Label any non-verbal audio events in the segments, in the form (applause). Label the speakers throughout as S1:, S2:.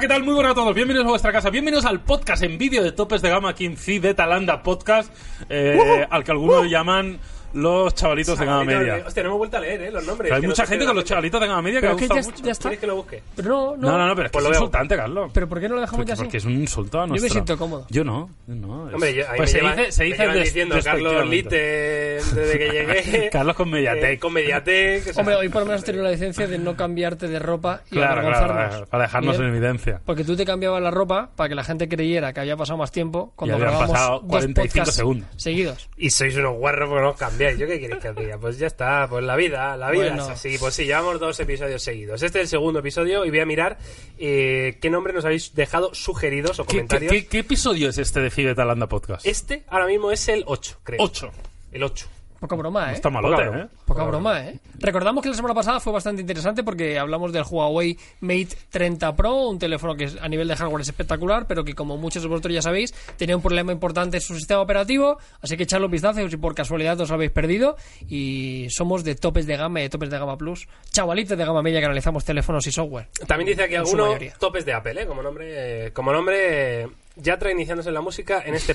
S1: ¿qué tal? Muy buenas a todos. Bienvenidos a vuestra casa. Bienvenidos al podcast en vídeo de Topes de Gama aquí en Ci de Talanda Podcast, eh, al que algunos llaman los chavalitos de Gama
S2: Chavalito
S1: Media.
S2: de- Hostia, no hemos vuelto a leer, ¿eh? Los nombres.
S1: Que hay
S2: Que no
S1: mucha
S2: sé
S1: gente
S2: la
S1: con los chavalitos de Gama Media que
S3: Pero
S1: ha
S3: es que
S1: gustado
S3: ya,
S1: mucho.
S3: ya está.
S2: Tienes que lo busque.
S3: Pero no, no.
S1: No, no, no, pero es que
S2: Pues lo
S1: es
S2: veo.
S1: insultante, Carlos.
S3: ¿Pero por qué no lo dejamos
S1: Porque,
S3: ya así?
S1: porque es un insulto a
S3: me
S1: nuestra-
S3: siento cómodo.
S1: Yo no, yo no. es-
S2: Hombre, yo- ahí
S1: pues se
S2: me llevan-
S1: dice, se
S2: me
S1: dice
S2: llevan
S1: des-
S2: diciendo Carlos
S1: despectivamente.
S2: Lit eh, desde que llegué.
S1: (laughs) Carlos con Mediatek.
S2: Eh, con Mediatek. o sea,
S3: Hombre, hoy por lo menos has tenido la licencia de no cambiarte de ropa y
S1: Claro, claro,
S3: avergonzarnos.
S1: claro, para dejarnos
S3: Bien.
S1: en evidencia.
S3: Porque tú te cambiabas la ropa para que la gente creyera que había pasado más tiempo
S1: Y
S3: cuando
S1: habían
S3: grabamos
S1: pasado
S3: dos
S1: 45
S3: podcasts
S1: segundos.
S3: seguidos.
S2: Y sois unos guarros porque no os cambiáis. ¿Yo qué queréis que os diga? Pues ya está, pues la vida, la vida
S3: Bueno.
S2: es así. Pues sí, llevamos dos episodios seguidos. Este es el segundo episodio y voy a mirar eh, qué nombre nos habéis dejado sugeridos o
S1: ¿Qué, qué,
S2: comentarios.
S1: qué- qué episodio es este de Fibe Talanda Podcast?
S2: Este ahora mismo es el 8, creo.
S1: 8.
S2: El 8.
S3: Poca broma, ¿eh?
S1: Está malote, ¿eh?
S3: Poca broma, ¿eh? Recordamos que la semana pasada fue bastante interesante porque hablamos del Huawei Mate 30 Pro, un teléfono que a nivel de hardware es espectacular, pero que como muchos de vosotros ya sabéis, tenía un problema importante en su sistema operativo, así que echadle un vistazo si por casualidad os habéis perdido y somos de topes de gama y de topes de gama plus, chavalitos de gama media que analizamos teléfonos y software.
S2: También dice aquí
S3: En su
S2: algunos
S3: mayoría.
S2: topes de Apple, ¿eh? Como nombre, eh, como nombre eh, Yatra iniciándose en la música en este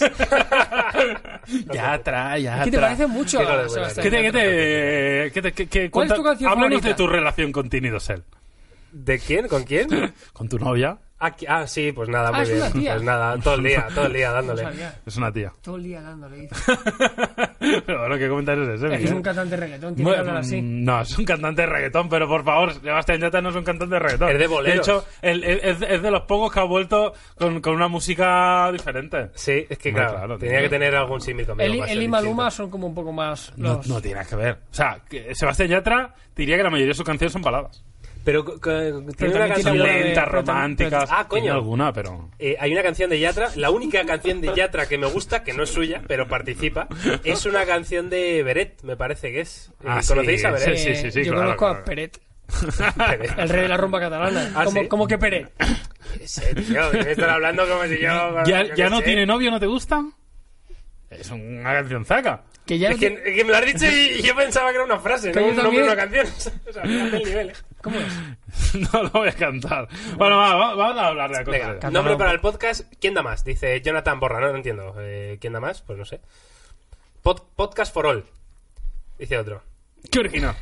S1: (laughs) (laughs) Ya trae, ya
S3: ¿Qué te
S1: trae.
S3: parece mucho,
S2: Qué claro,
S3: Sebastián?
S1: ¿Qué te, qué te, qué te- qué- qué-
S3: ¿Cuál es
S1: cuenta-
S3: tu canción
S1: Háblanos
S3: favorita?
S1: de tu relación con Tini Dosel.
S2: ¿De quién? ¿Con quién?
S1: Con tu novia.
S2: Ah, qui- ah, sí, pues nada,
S3: Ah,
S2: muy
S3: es una
S2: bien.
S3: tía.
S2: Pues nada, todo el día, todo el
S3: (laughs)
S2: día dándole.
S3: No sabía.
S1: Es una
S3: (laughs)
S1: tía.
S3: Todo el día dándole.
S1: pero bueno, ¿qué comentario es ese,
S3: Es que es
S1: Miguel?
S3: un cantante de reggaetón, tiene que
S1: Bueno,
S3: hablar así.
S1: mm, No, es un cantante de reggaetón, pero por favor, Sebastián Yatra no es un cantante de reggaetón.
S2: Es de boleros.
S1: hecho, el- el- es, es de los pocos que ha vuelto con, con una música diferente.
S2: Sí, es que
S1: Hombre,
S2: claro,
S1: claro,
S2: tenía
S1: tío.
S2: que tener algún símil conmigo.
S3: Él,
S2: para
S3: él
S2: ser
S3: y
S2: distinto.
S3: Maluma son como un poco más
S1: No,
S3: los...
S1: no tiene nada que ver. O sea, que Sebastián Yatra diría que la mayoría de sus canciones son baladas.
S2: Pero co- co- tiene una canción
S3: también tiene
S1: Son
S3: alguna de-
S2: de...
S1: lentas,
S3: pero tam-
S1: románticas.
S2: pero- Ah, coño.
S1: Tiene alguna,
S2: (laughs)
S1: pero...
S2: eh, hay una canción de Yatra, la única canción de Yatra que me gusta, que no es suya, pero participa, es una canción de Beret, me parece que es.
S1: Ah,
S2: Eh, ¿Conocéis
S1: sí,
S2: a Beret? (laughs)
S3: Eh,
S1: sí, sí, sí,
S3: yo
S1: claro,
S3: conozco
S1: claro.
S3: a Peret,
S2: Beret.
S3: el rey de la rumba catalana.
S2: Ah,
S3: ¿Cómo,
S2: ¿sí?
S3: cómo que Peret?
S2: Ese, (laughs) tío, que me están hablando como si yo...
S1: ¿Ya,
S2: yo qué
S1: ya no
S2: sé.
S1: tiene novio, no te gusta? Es una canción zaca.
S3: Que ya
S2: Es
S3: no
S2: que,
S3: tiene-
S2: es que me lo has dicho y yo pensaba que era una frase,
S3: Que
S2: no
S3: yo
S2: un nombre de una
S3: también.
S2: canción. (laughs) O sea, fíjate el nivel, eh.
S3: ¿Cómo es?
S1: (laughs) no lo voy a cantar. Bueno, va, va- vamos a hablar de
S2: Venga,
S1: cosas.
S3: Catalán.
S2: nombre para el podcast, ¿quién da más? Dice Jonathan Borra, no, no entiendo. Eh, ¿Quién da más? Pues no sé. Pod- podcast for all, dice otro.
S1: ¿Qué original?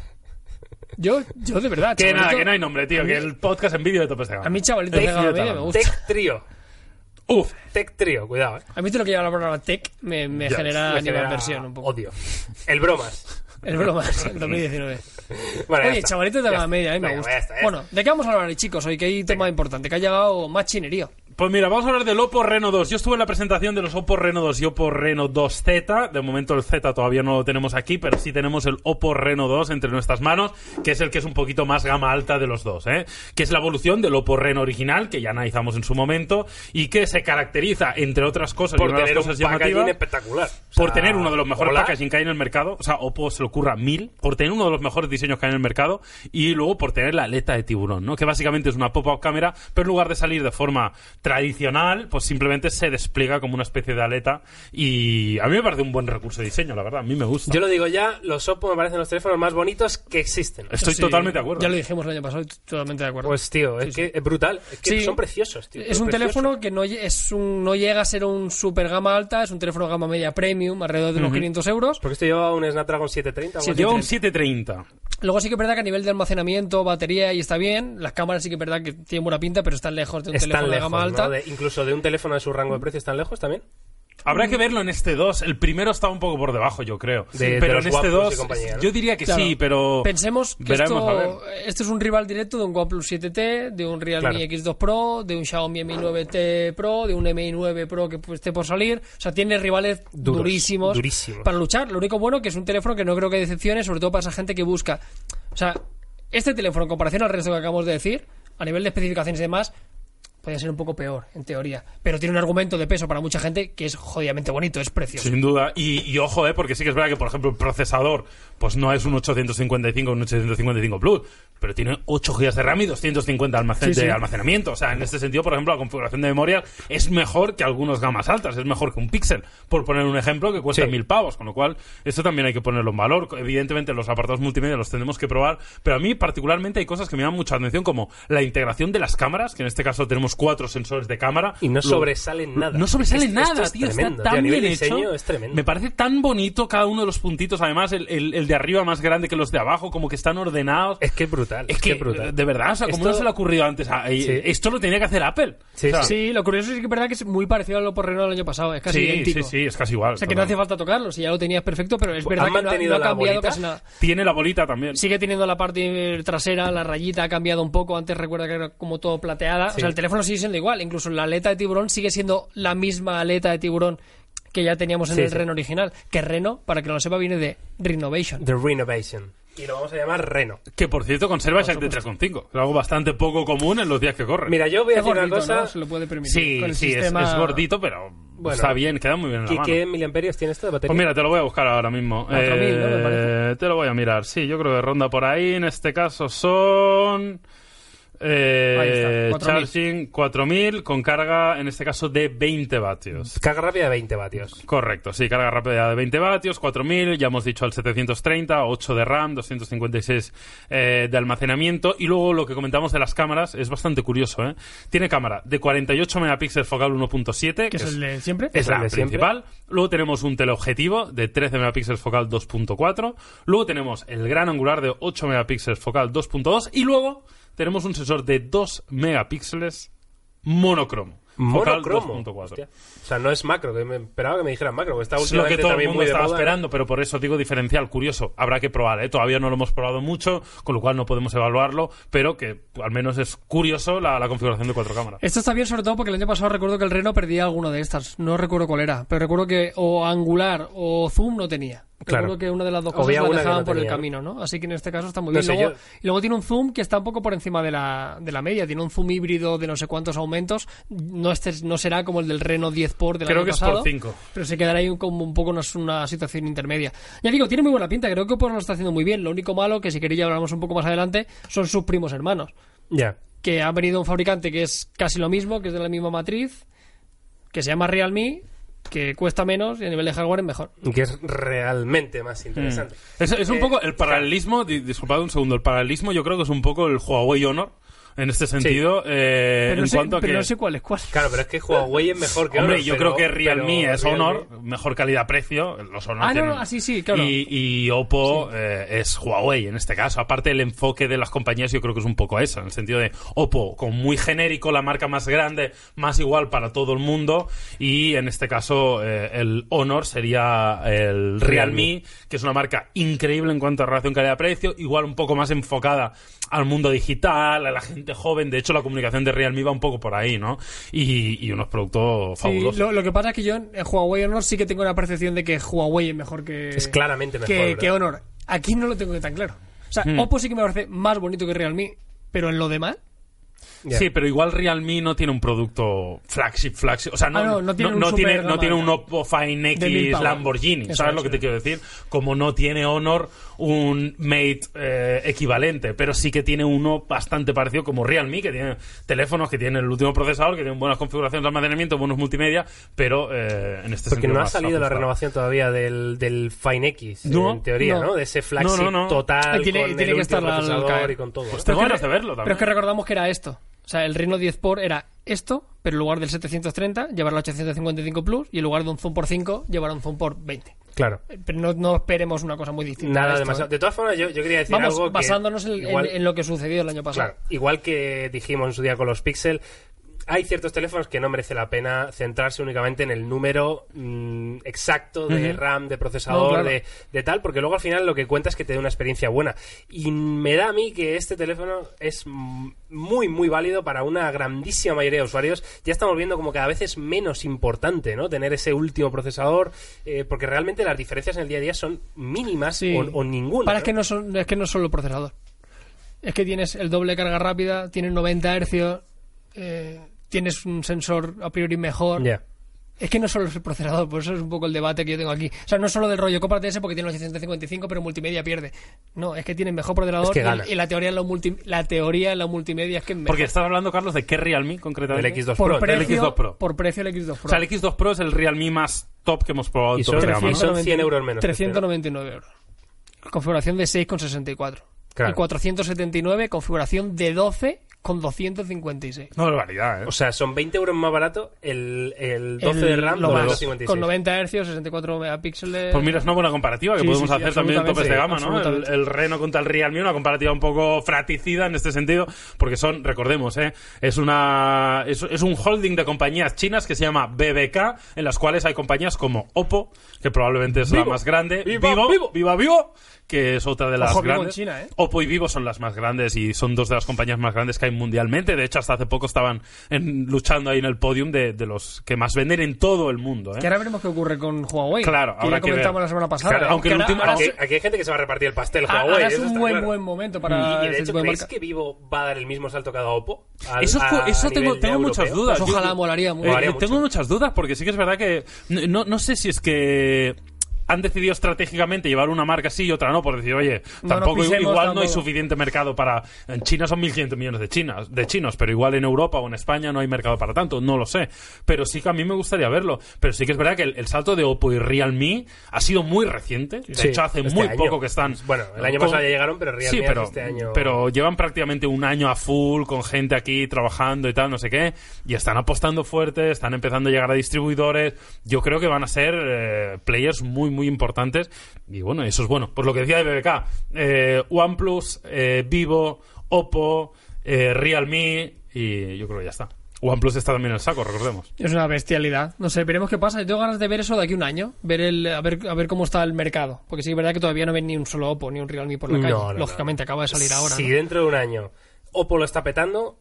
S3: Yo, yo de verdad,
S1: Que
S3: chavalito-
S1: nada, que no hay nombre, tío. Que el podcast en vídeo de Topes de Gama.
S3: A mí, chavalito, de
S1: Tech
S3: gama media
S1: Talanda.
S3: me gusta.
S2: Tech Trio,
S1: Uf,
S2: Tech Trio, cuidado, eh.
S3: A mí todo lo que lleva la palabra tech me, me
S1: Ya,
S3: genera
S2: Me genera
S3: animadversión un poco.
S2: Odio. El bromas.
S3: El broma,
S2: (laughs)
S3: en 2019.
S2: Bueno, ya
S3: Oye,
S2: está.
S3: chavalito de
S2: Ya
S3: la
S2: está.
S3: media, a mí me
S2: Venga,
S3: gusta.
S2: ya está, ya
S3: Bueno, ¿de qué vamos a hablar, chicos? Hoy que hay tema importante, que ha llegado más chinerío.
S1: Pues mira, vamos a hablar del Oppo Reno 2. Yo estuve en la presentación de los Oppo Reno 2 y Oppo Reno 2Z. De momento el Z todavía no lo tenemos aquí, pero sí tenemos el Oppo Reno 2 entre nuestras manos, que es el que es un poquito más gama alta de los dos, ¿eh? Que es la evolución del Oppo Reno original, que ya analizamos en su momento, y que se caracteriza, entre otras cosas, y
S2: por
S1: una de las
S2: tener un
S1: cosas
S2: packaging
S1: llamativas,
S2: espectacular. O
S1: por
S2: sea,
S1: tener uno de los mejores
S2: hola.
S1: packaging que hay en el mercado, o sea, Oppo se le ocurra mil, por tener uno de los mejores diseños que hay en el mercado y luego por tener la aleta de tiburón, ¿no? Que básicamente es una pop-up cámara, pero en lugar de salir de forma tradicional, pues simplemente se despliega como una especie de aleta y a mí me parece un buen recurso de diseño, la verdad, a mí me gusta.
S2: Yo lo digo ya, los Oppo me parecen los teléfonos más bonitos que existen.
S1: Estoy
S3: Sí,
S1: totalmente de acuerdo.
S3: Ya lo dijimos el año pasado, estoy totalmente de acuerdo.
S2: Pues tío, es que es brutal. Es que
S3: Sí.
S2: son preciosos, tío.
S3: Es
S2: son
S3: un
S2: preciosos.
S3: teléfono que no, lle- es un, no llega a ser un super gama alta, es un teléfono gama media premium, alrededor de unos 500 euros.
S2: Porque esto lleva un Snapdragon 730. o algo
S3: Sí,
S2: así.
S1: Lleva un 730.
S3: Luego sí que es verdad que a nivel de almacenamiento, batería y está bien. Las cámaras sí que es verdad que tienen buena pinta, pero están lejos de un
S2: Están
S3: teléfono
S2: lejos,
S3: de gama alta.
S2: ¿no? De- incluso de un teléfono de su rango de precio están lejos también.
S1: Habrá que verlo en este 2. El primero estaba un poco por debajo, yo creo.
S2: Sí, de
S1: pero
S2: los
S1: en este
S2: Oneplus y
S1: 2,
S2: compañía, ¿no?
S1: yo diría que
S3: Claro.
S1: sí, pero.
S3: Pensemos que
S1: veremos, a ver.
S3: esto, esto es un rival directo de un OnePlus 7T, de un Realme
S2: Claro.
S3: X2 Pro, de un Xiaomi Mi 9T Pro, de un Mi 9 Pro que pues, esté por salir. O sea, tiene rivales
S2: Duros,
S3: durísimos,
S2: durísimos.
S3: para luchar. Lo único bueno que es un teléfono que no creo que decepcione, sobre todo para esa gente que busca. O sea, este teléfono, en comparación al resto que acabamos de decir, a nivel de especificaciones y demás, podría ser un poco peor, en teoría. Pero tiene un argumento de peso para mucha gente que es jodidamente bonito, es precioso.
S1: Sin duda. Y, y ojo, eh, porque sí que es verdad que, por ejemplo, el procesador, pues no es un 855 o un 855 Plus, pero tiene 8 GB de RAM y 250 almacén-
S3: Sí, sí.
S1: de almacenamiento. O sea, en este sentido, por ejemplo, la configuración de memoria es mejor que algunos gamas altas, es mejor que un Pixel, por poner un ejemplo que cuesta
S2: Sí.
S1: mil pavos, con lo cual esto también hay que ponerlo en valor. Evidentemente los apartados multimedia los tenemos que probar, pero a mí particularmente hay cosas que me llaman mucha atención como la integración de las cámaras, que en este caso tenemos cuatro sensores de cámara.
S2: Y no
S1: Lo-
S2: sobresalen nada.
S1: No sobresale
S2: Es- esto
S1: nada,
S2: es
S1: tío. está
S2: tremendo, tío. A
S1: tan
S2: nivel
S1: bien
S2: diseño
S1: hecho.
S2: es tremendo.
S1: Me parece tan bonito cada uno de los puntitos. Además, el, el- el de arriba más grande que los de abajo, como que están ordenados.
S2: Es que es brutal.
S1: Es que,
S2: es brutal.
S1: de verdad, o sea, como
S2: Esto-
S1: no se le ha ocurrido antes, a- eh,
S2: Sí.
S1: esto lo tenía que hacer Apple.
S2: Sí,
S1: O sea,
S3: Sí, lo curioso es que es verdad que es muy parecido a lo por Renault del año pasado, es casi
S1: sí,
S3: idéntico.
S1: sí, sí, es casi igual.
S3: O sea que no hace falta tocarlo, si ya lo tenías perfecto, pero es
S2: Pues,
S3: verdad
S2: ¿han
S3: que no ha- no,
S2: mantenido
S3: ha
S2: la
S3: cambiado
S2: bolita?
S3: casi nada.
S1: Tiene la bolita también.
S3: Sigue teniendo la parte trasera, la rayita ha cambiado un poco. Antes recuerda que era como todo plateada. O sea, el teléfono sigue siendo igual. Incluso la aleta de tiburón sigue siendo la misma aleta de tiburón que ya teníamos en
S2: Sí,
S3: el
S2: sí.
S3: Reno original. Que Reno, para que no lo sepa, viene de Renovation.
S2: The Renovation. Y lo vamos a llamar Reno.
S1: Que por cierto conserva jack de 3.5. Es algo bastante poco común en los días que corren.
S2: Mira, yo voy a
S3: Es
S2: decir una
S3: gordito,
S2: cosa.
S3: ¿no? Se lo puede permitir.
S1: sí,
S3: Con el
S1: sí, es-
S3: sistema-
S1: es, gordito, pero
S2: Bueno.
S1: está bien, queda muy bien en la
S2: ¿Y
S1: mano.
S2: qué miliamperios tiene esto de batería?
S1: Pues mira, te lo voy a buscar ahora mismo. Eh,
S3: 4.000, ¿no? Me parece.
S1: te lo voy a mirar. Sí, yo creo que ronda por ahí. En este caso son. Eh,
S3: Ahí está, 4.000.
S1: charging 4000 con carga, en este caso, de 20 vatios.
S2: Carga rápida de 20 vatios.
S1: Correcto, sí, carga rápida de 20 vatios, 4000, ya hemos dicho al 730, 8 de RAM, 256 eh, de almacenamiento. Y luego lo que comentamos de las cámaras es bastante curioso, ¿eh? Tiene cámara de 48 megapíxeles focal 1.7,
S3: Que es el de siempre.
S1: es la
S2: de siempre.
S1: principal. Luego tenemos un teleobjetivo de 13 megapíxeles focal 2.4. Luego tenemos el gran angular de 8 megapíxeles focal 2.2. Y luego tenemos un sensor de 2 megapíxeles monocromo. Focal
S2: Monocromo.
S1: 2.4.
S2: Hostia. O sea, no es macro, que me esperaba que me dijeran macro, porque está
S1: Es lo
S2: últimamente
S1: que todo el
S2: también
S1: mundo
S2: muy de
S1: estaba
S2: moda.
S1: esperando, pero por eso digo diferencial, curioso. Habrá que probar, ¿eh? Todavía no lo hemos probado mucho, con lo cual no podemos evaluarlo, pero que al menos es curioso la, la configuración de cuatro cámaras.
S3: Esto está bien, sobre todo porque el año pasado recuerdo que el Reno perdía alguna de estas. No recuerdo cuál era, pero recuerdo que o angular o zoom no tenía.
S2: Claro.
S3: Recuerdo que una de las dos
S2: O había
S3: cosas la
S2: una que
S3: dejaban
S2: no
S3: por el
S2: tenía, ¿no?
S3: camino, ¿no? Así que en este caso está muy
S2: No
S3: bien.
S2: sé,
S3: luego,
S2: yo-
S3: Y luego tiene un zoom que está un poco por encima de la, de la media. Tiene un zoom híbrido de no sé cuántos aumentos. No, este, no será como el del Reno 10x del
S1: Creo
S3: año
S1: que es por
S3: pasado.
S1: cinco.
S3: Pero se quedará ahí un- como un poco una, una situación intermedia. Ya digo, tiene muy buena pinta. Creo que por lo está haciendo muy bien. Lo único malo, que si queréis ya hablamos un poco más adelante, son sus primos hermanos
S2: Ya.
S3: que ha venido un fabricante que es casi lo mismo, que es de la misma matriz, que se llama Realme, que cuesta menos y a nivel de hardware es mejor.
S2: Que es realmente
S1: Mm.
S2: más interesante.
S1: Es, es un
S2: Eh,
S1: poco el paralelismo, di- disculpad un segundo, el paralelismo yo creo que es un poco el Huawei Honor en este sentido, eh,
S3: Pero,
S1: en
S3: no, sé,
S1: cuanto a
S3: pero
S1: que...
S3: no sé cuál es cuál.
S2: Claro, pero es que Huawei es mejor que
S1: Hombre,
S2: Honor,
S1: yo
S2: pero-
S1: creo que Realme
S2: pero
S1: es
S2: Realme-
S1: Honor, mejor calidad-precio, los Honor
S3: Ah, no,
S1: tienen-
S3: no, ah, sí, sí, claro.
S1: Y, y Oppo eh, es Huawei en este caso. Aparte el enfoque de las compañías yo creo que es un poco eso, en el sentido de Oppo como muy genérico, la marca más grande, más igual para todo el mundo y en este caso eh, el Honor sería el Realme, que es una marca increíble en cuanto a relación calidad-precio, igual un poco más enfocada al mundo digital, a la gente joven, de hecho la comunicación de Realme va un poco por ahí, ¿no? Y, y unos productos
S3: Sí,
S1: fabulosos.
S3: lo, lo que pasa es que yo en en Huawei Honor sí que tengo la percepción de que Huawei es mejor que,
S2: Es claramente mejor.
S3: que,
S2: ¿verdad?
S3: que Honor. Aquí no lo tengo tan claro. O sea, Oppo sí que me parece más bonito que Realme, pero en lo demás...
S2: Ya.
S1: Sí, pero igual Realme no tiene un producto flagship, flagship. O sea, no,
S3: Ah, no, no tiene un super
S1: tiene, no
S3: gama
S1: tiene
S3: alta.
S1: un Oppo Fine
S3: De mil
S1: X
S3: pavos.
S1: Lamborghini.
S3: Eso
S1: ¿Sabes
S3: es,
S1: lo que
S3: eso
S1: te quiero decir? Como no tiene Honor un Mate eh, equivalente, pero sí que tiene uno bastante parecido como Realme, que tiene teléfonos, que tiene el último procesador, que tiene buenas configuraciones de almacenamiento, buenos multimedia, pero eh, en este
S2: Porque
S1: sentido
S2: no ha
S1: más
S2: salido la
S1: ajustado.
S2: renovación todavía del, del Fine X,
S1: No,
S2: en teoría,
S3: no.
S2: ¿no? De ese flagship
S1: No, no, no.
S2: total
S3: Ahí tiene-
S2: con
S3: tiene
S2: el
S3: que
S2: último
S3: estar al
S2: procesador
S3: caer.
S2: y con todo. ¿no?
S1: Pues Tengo
S3: Pero es
S1: ganas
S3: que-
S1: de verlo también.
S3: Pero es que recordamos que era esto. O sea, el Reno 10x era esto, pero en lugar del 730 llevará 855 Plus y en lugar de un zoom por 5 llevará un zoom por 20.
S2: Claro.
S3: Pero no, no esperemos una cosa muy distinta. a
S2: Nada
S3: esto,
S2: demasiado.
S3: ¿eh?
S2: De todas formas, yo, yo quería decir
S3: Vamos,
S2: algo que
S3: basándonos en, en-
S2: igual-
S3: en lo que sucedió el año pasado.
S2: Claro, igual que dijimos en su día con los Pixel, hay ciertos teléfonos que no merece la pena centrarse únicamente en el número mm, exacto de RAM, de procesador,
S3: No, claro.
S2: de, de tal, porque luego al final lo que cuenta es que te dé una experiencia buena. Y me da a mí que este teléfono es mm, muy, muy válido para una grandísima mayoría de usuarios. Ya estamos viendo como cada vez es menos importante, ¿no? Tener ese último procesador, eh, porque realmente las diferencias en el día a día son mínimas
S3: Sí.
S2: o, o ninguna. ¿no?
S3: Para es que no son, es que no es solo el procesador. Es que tienes el doble de carga rápida, tienes 90 hercios, eh, tienes un sensor a priori mejor.
S2: Ya.
S3: es que no solo es el procesador, por eso es un poco el debate que yo tengo aquí. O sea, no solo del rollo, cómprate ese porque tiene los 855, pero multimedia pierde. No, es que tiene mejor procesador
S2: Es que
S3: y-
S2: gana.
S3: y, la teoría en la, multi- la teoría en la multimedia es que es mejor.
S1: Porque estás hablando, Carlos, de qué Realme concretamente.
S2: Del X2
S3: por
S2: Pro,
S1: del
S3: precio,
S1: X2 Pro.
S3: Por precio el X2 Pro.
S1: O sea, el X2 Pro es el Realme más top que hemos probado en
S2: Y
S1: todo el
S2: son
S1: programa.
S2: Y son 100 euros menos.
S3: 399 euros. Configuración de 6,64.
S2: Claro.
S3: Y 479, configuración de 12 con 256.
S1: No, barbaridad, ¿eh?
S2: O sea, son 20 euros más barato el, el 12 de
S3: El-
S2: RAM
S3: lo
S2: con
S3: más,
S2: 256.
S3: con 90 Hz, 64 megapíxeles.
S1: Pues mira, es una buena comparativa que
S3: Sí,
S1: podemos
S3: sí, sí,
S1: hacer también en topes de gama,
S3: absolutamente,
S1: ¿no? El,
S3: absolutamente.
S1: el Reno contra el Realme, una comparativa un poco fraticida en este sentido, porque son, recordemos, ¿eh? es una es, es un holding de compañías chinas que se llama BBK, en las cuales hay compañías como Oppo, que probablemente es la
S2: Vivo.
S1: más grande,
S2: Viva,
S1: Vivo,
S2: vivo.
S1: Viva Vivo, que es otra de las
S3: Ojo, Vivo en
S1: grandes.
S3: China, ¿eh?
S1: Oppo y Vivo son las más grandes y son dos de las compañías más grandes que hay mundialmente. De hecho, hasta hace poco estaban en- luchando ahí en el podium de, de los que más venden en todo el mundo. ¿eh?
S3: Que ahora veremos qué ocurre con Huawei.
S1: Claro,
S3: que
S1: habrá
S3: ya
S1: que ver.
S3: comentamos la semana pasada.
S1: Claro, aunque el
S3: ahora-
S1: último-
S3: ahora
S2: Aquí,
S3: es-
S2: aquí hay gente que se va a repartir el pastel,
S3: Ah,
S2: Huawei.
S3: ahora es
S2: eso
S3: un
S2: está
S3: buen,
S2: claro.
S3: buen momento
S2: Y,
S3: para
S2: y de
S3: ese
S2: hecho,
S3: tipo de
S2: ¿creéis
S3: marca.
S2: que Vivo va a dar el mismo salto que ha dado Oppo? Al-
S1: Eso, es cu-
S2: a
S1: eso tengo,
S2: nivel ya
S1: tengo muchas
S2: europeo?
S1: dudas. eh,
S3: Pues ojalá, molaría mucho.
S2: Molaría
S1: tengo
S2: mucho.
S1: muchas dudas porque sí que es verdad que n- no, no sé si es que han decidido estratégicamente llevar una marca sí y otra no por decir oye
S3: No
S1: tampoco
S3: nos pisemos
S1: igual no hay
S3: tampoco.
S1: suficiente mercado para en China son 1.500 millones de chinas de chinos pero igual en Europa o en España no hay mercado para tanto no lo sé pero sí que a mí me gustaría verlo pero sí que es verdad que el, el salto de Oppo y Realme ha sido muy reciente de
S2: Sí,
S1: hecho hace
S2: este
S1: muy
S2: año.
S1: poco que están
S2: Bueno, el año
S1: con-
S2: pasado ya llegaron, pero Realme
S1: sí, pero,
S2: este año.
S1: pero llevan prácticamente un año a full con gente aquí trabajando y tal, no sé qué, y están apostando fuerte, están empezando a llegar a distribuidores. Yo creo que van a ser eh, players muy, muy importantes. Y bueno, eso es bueno. Por lo que decía de BBK, eh, OnePlus, eh, Vivo, Oppo, eh, Realme, y yo creo que ya está. OnePlus está también en el saco, recordemos.
S3: Es una bestialidad. No sé, veremos qué pasa. Yo tengo ganas de ver eso de aquí a un año. Ver el, a, ver, a ver cómo está el mercado. Porque sí que es verdad que todavía no ven ni un solo Oppo ni un Realme por la
S2: No,
S3: calle.
S2: no, no.
S3: Lógicamente, acaba de salir ahora.
S2: Si
S3: ¿no?
S2: dentro de un año Oppo lo está petando,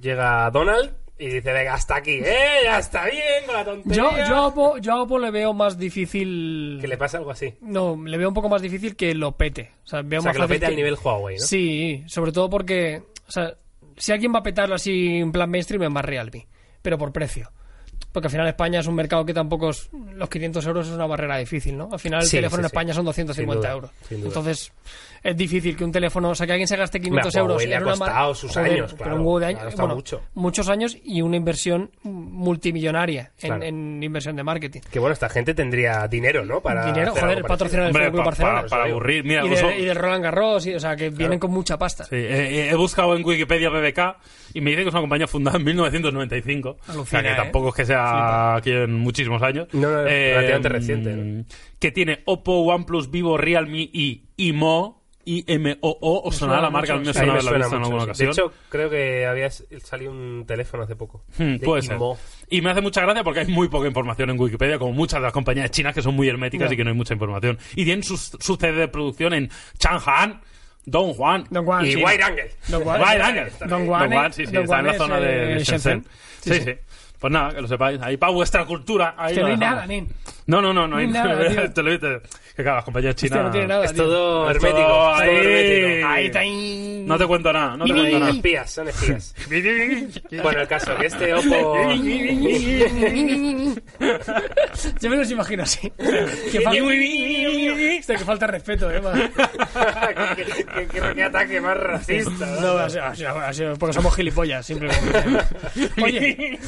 S2: llega Donald y dice: Venga, hasta aquí, ¿eh? Ya está bien con la tontería.
S3: Yo, yo, a Oppo, yo a Oppo le veo más difícil.
S2: Que le pasa algo así.
S3: No, le veo un poco más difícil que lo pete. O sea, veo
S2: O sea,
S3: más
S2: que lo
S3: fácil
S2: pete al nivel Huawei, ¿no?
S3: Sí, sobre todo porque. O sea, si alguien va a petarlo así en plan mainstream es más Realme. Pero por precio. Porque al final España es un mercado que tampoco es. Los 500 euros es una barrera difícil, ¿no? Al final el
S2: Sí,
S3: teléfono
S2: sí,
S3: en
S2: sí.
S3: España son 250
S2: Sin duda,
S3: euros.
S2: sin duda.
S3: Entonces, es difícil que un teléfono. O sea, que alguien se gaste 500
S2: Hombre, a
S3: euros.
S2: Huawei le
S3: en
S2: ha
S3: una mar-
S2: costado sus
S3: Joder,
S2: años,
S3: pero
S2: claro.
S3: un huevo
S2: Le
S3: de
S2: ha
S3: años-
S2: costado
S3: bueno,
S2: mucho.
S3: muchos años y una inversión multimillonaria en-
S2: Claro.
S3: en inversión de marketing.
S2: Que bueno, esta gente tendría dinero, ¿no? Para
S3: Dinero,
S2: hacer
S3: joder,
S2: algo parecido.
S3: patrocinar el
S1: Hombre,
S3: Fútbol Club
S1: pa-
S3: Barcelona.
S1: pa- para aburrir, mira, pues,
S3: y,
S1: los-
S3: de, y del Roland Garros, y- o sea, que vienen con mucha pasta.
S1: Sí, eh, eh, he buscado en Wikipedia BBK y me dice que es una compañía fundada en 1995. o sea,
S3: Alucina,
S1: que
S3: ¿eh?
S1: tampoco es que sea aquí en muchísimos años. Eh,
S2: No, no, relativamente reciente,
S1: mm, Que tiene Oppo, OnePlus, Vivo, Realme y IMO. IMOO, os sonará
S3: suena
S1: la marca, a mí
S3: mucho,
S1: me
S2: A mí
S1: suena
S2: me
S1: haberla
S2: suena
S1: visto en
S2: mucho,
S1: alguna
S2: sí.
S1: ocasión.
S2: De hecho, creo que había salido un teléfono hace poco.
S1: Hmm,
S2: de
S1: puede ser.
S2: Imo.
S1: Y me hace mucha gracia porque hay muy poca información en Wikipedia, como muchas de las compañías chinas que son muy herméticas
S3: Ya.
S1: y que no hay mucha información. Y tienen su, su sede de producción en Chang'an, Dongguan
S3: Dongguan,
S2: Y
S3: sí.
S2: Wide Angle.
S3: Don Juan,
S1: Wide Angle.
S3: Don Juan,
S1: Don Juan, sí, sí,
S3: Don
S1: está
S3: Juan
S1: en la
S3: es,
S1: zona de,
S3: eh,
S1: de Shenzhen. Sí, sí. Pues nada, que lo sepáis. Ahí para vuestra cultura. Ahí
S3: Que
S1: lo
S3: no hay
S1: dejamos.
S3: nada, nin.
S1: No, no, no, no hay
S3: Ni nada,
S1: nada. (laughs)
S3: tío.
S1: Te lo dices. Que claro, las compañías chinas.
S3: Hostia, no tiene nada,
S2: Es
S3: tío.
S2: todo
S1: Es todo
S2: hermético. es todo
S1: ahí.
S2: hermético.
S1: Ahí está. No te cuento nada, no te
S2: Son
S1: cuento nada.
S2: espías, son espías. bueno, el caso, que este Oppo... (laughs)
S3: (laughs) (laughs) Yo me los imagino así.
S1: (laughs)
S3: que, falta, Hostia, que falta respeto, eh. madre.
S2: qué, qué- qué- qué ataque más racista. ¿no?
S3: No, así- así- así- porque somos
S1: (laughs)
S3: gilipollas, simplemente. Oye.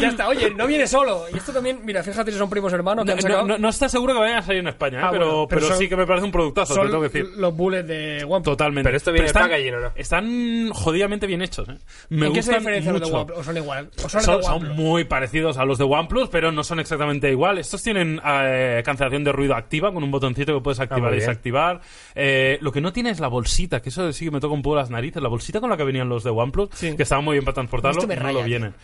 S3: ya está, oye, no viene solo. Y esto también, mira, fíjate si son primos hermanos que han
S1: No,
S3: sacado.
S1: no, no está seguro que vayan a salir en España, ¿eh?
S3: Ah,
S1: pero,
S3: bueno, pero
S1: pero
S3: son-
S1: sí que me parece un productazo, te
S3: son
S1: tengo que decir.
S3: los bullets de OnePlus.
S1: Totalmente.
S2: Pero esto viene
S1: están,
S2: packaging, ¿o no?
S1: Están jodidamente bien hechos. ¿eh? Me
S3: ¿En qué se
S1: gustan
S3: diferencian los de
S1: mucho.
S3: OnePlus? ¿O son igual? ¿O son, los
S1: Son,
S3: de
S1: son
S3: OnePlus?
S1: muy parecidos a los de OnePlus, pero no son exactamente igual. Estos tienen eh, cancelación de ruido activa con un botoncito que puedes activar
S3: Ah,
S2: muy
S1: y
S2: bien.
S1: desactivar. Eh, lo que no tiene es la bolsita, que eso sí que me toca un poco las narices. La bolsita con la que venían los de OnePlus,
S3: Sí.
S1: que estaba muy bien para transportarlo,
S3: Esto me
S1: no
S3: raya,
S1: lo
S3: tío.
S1: vienen.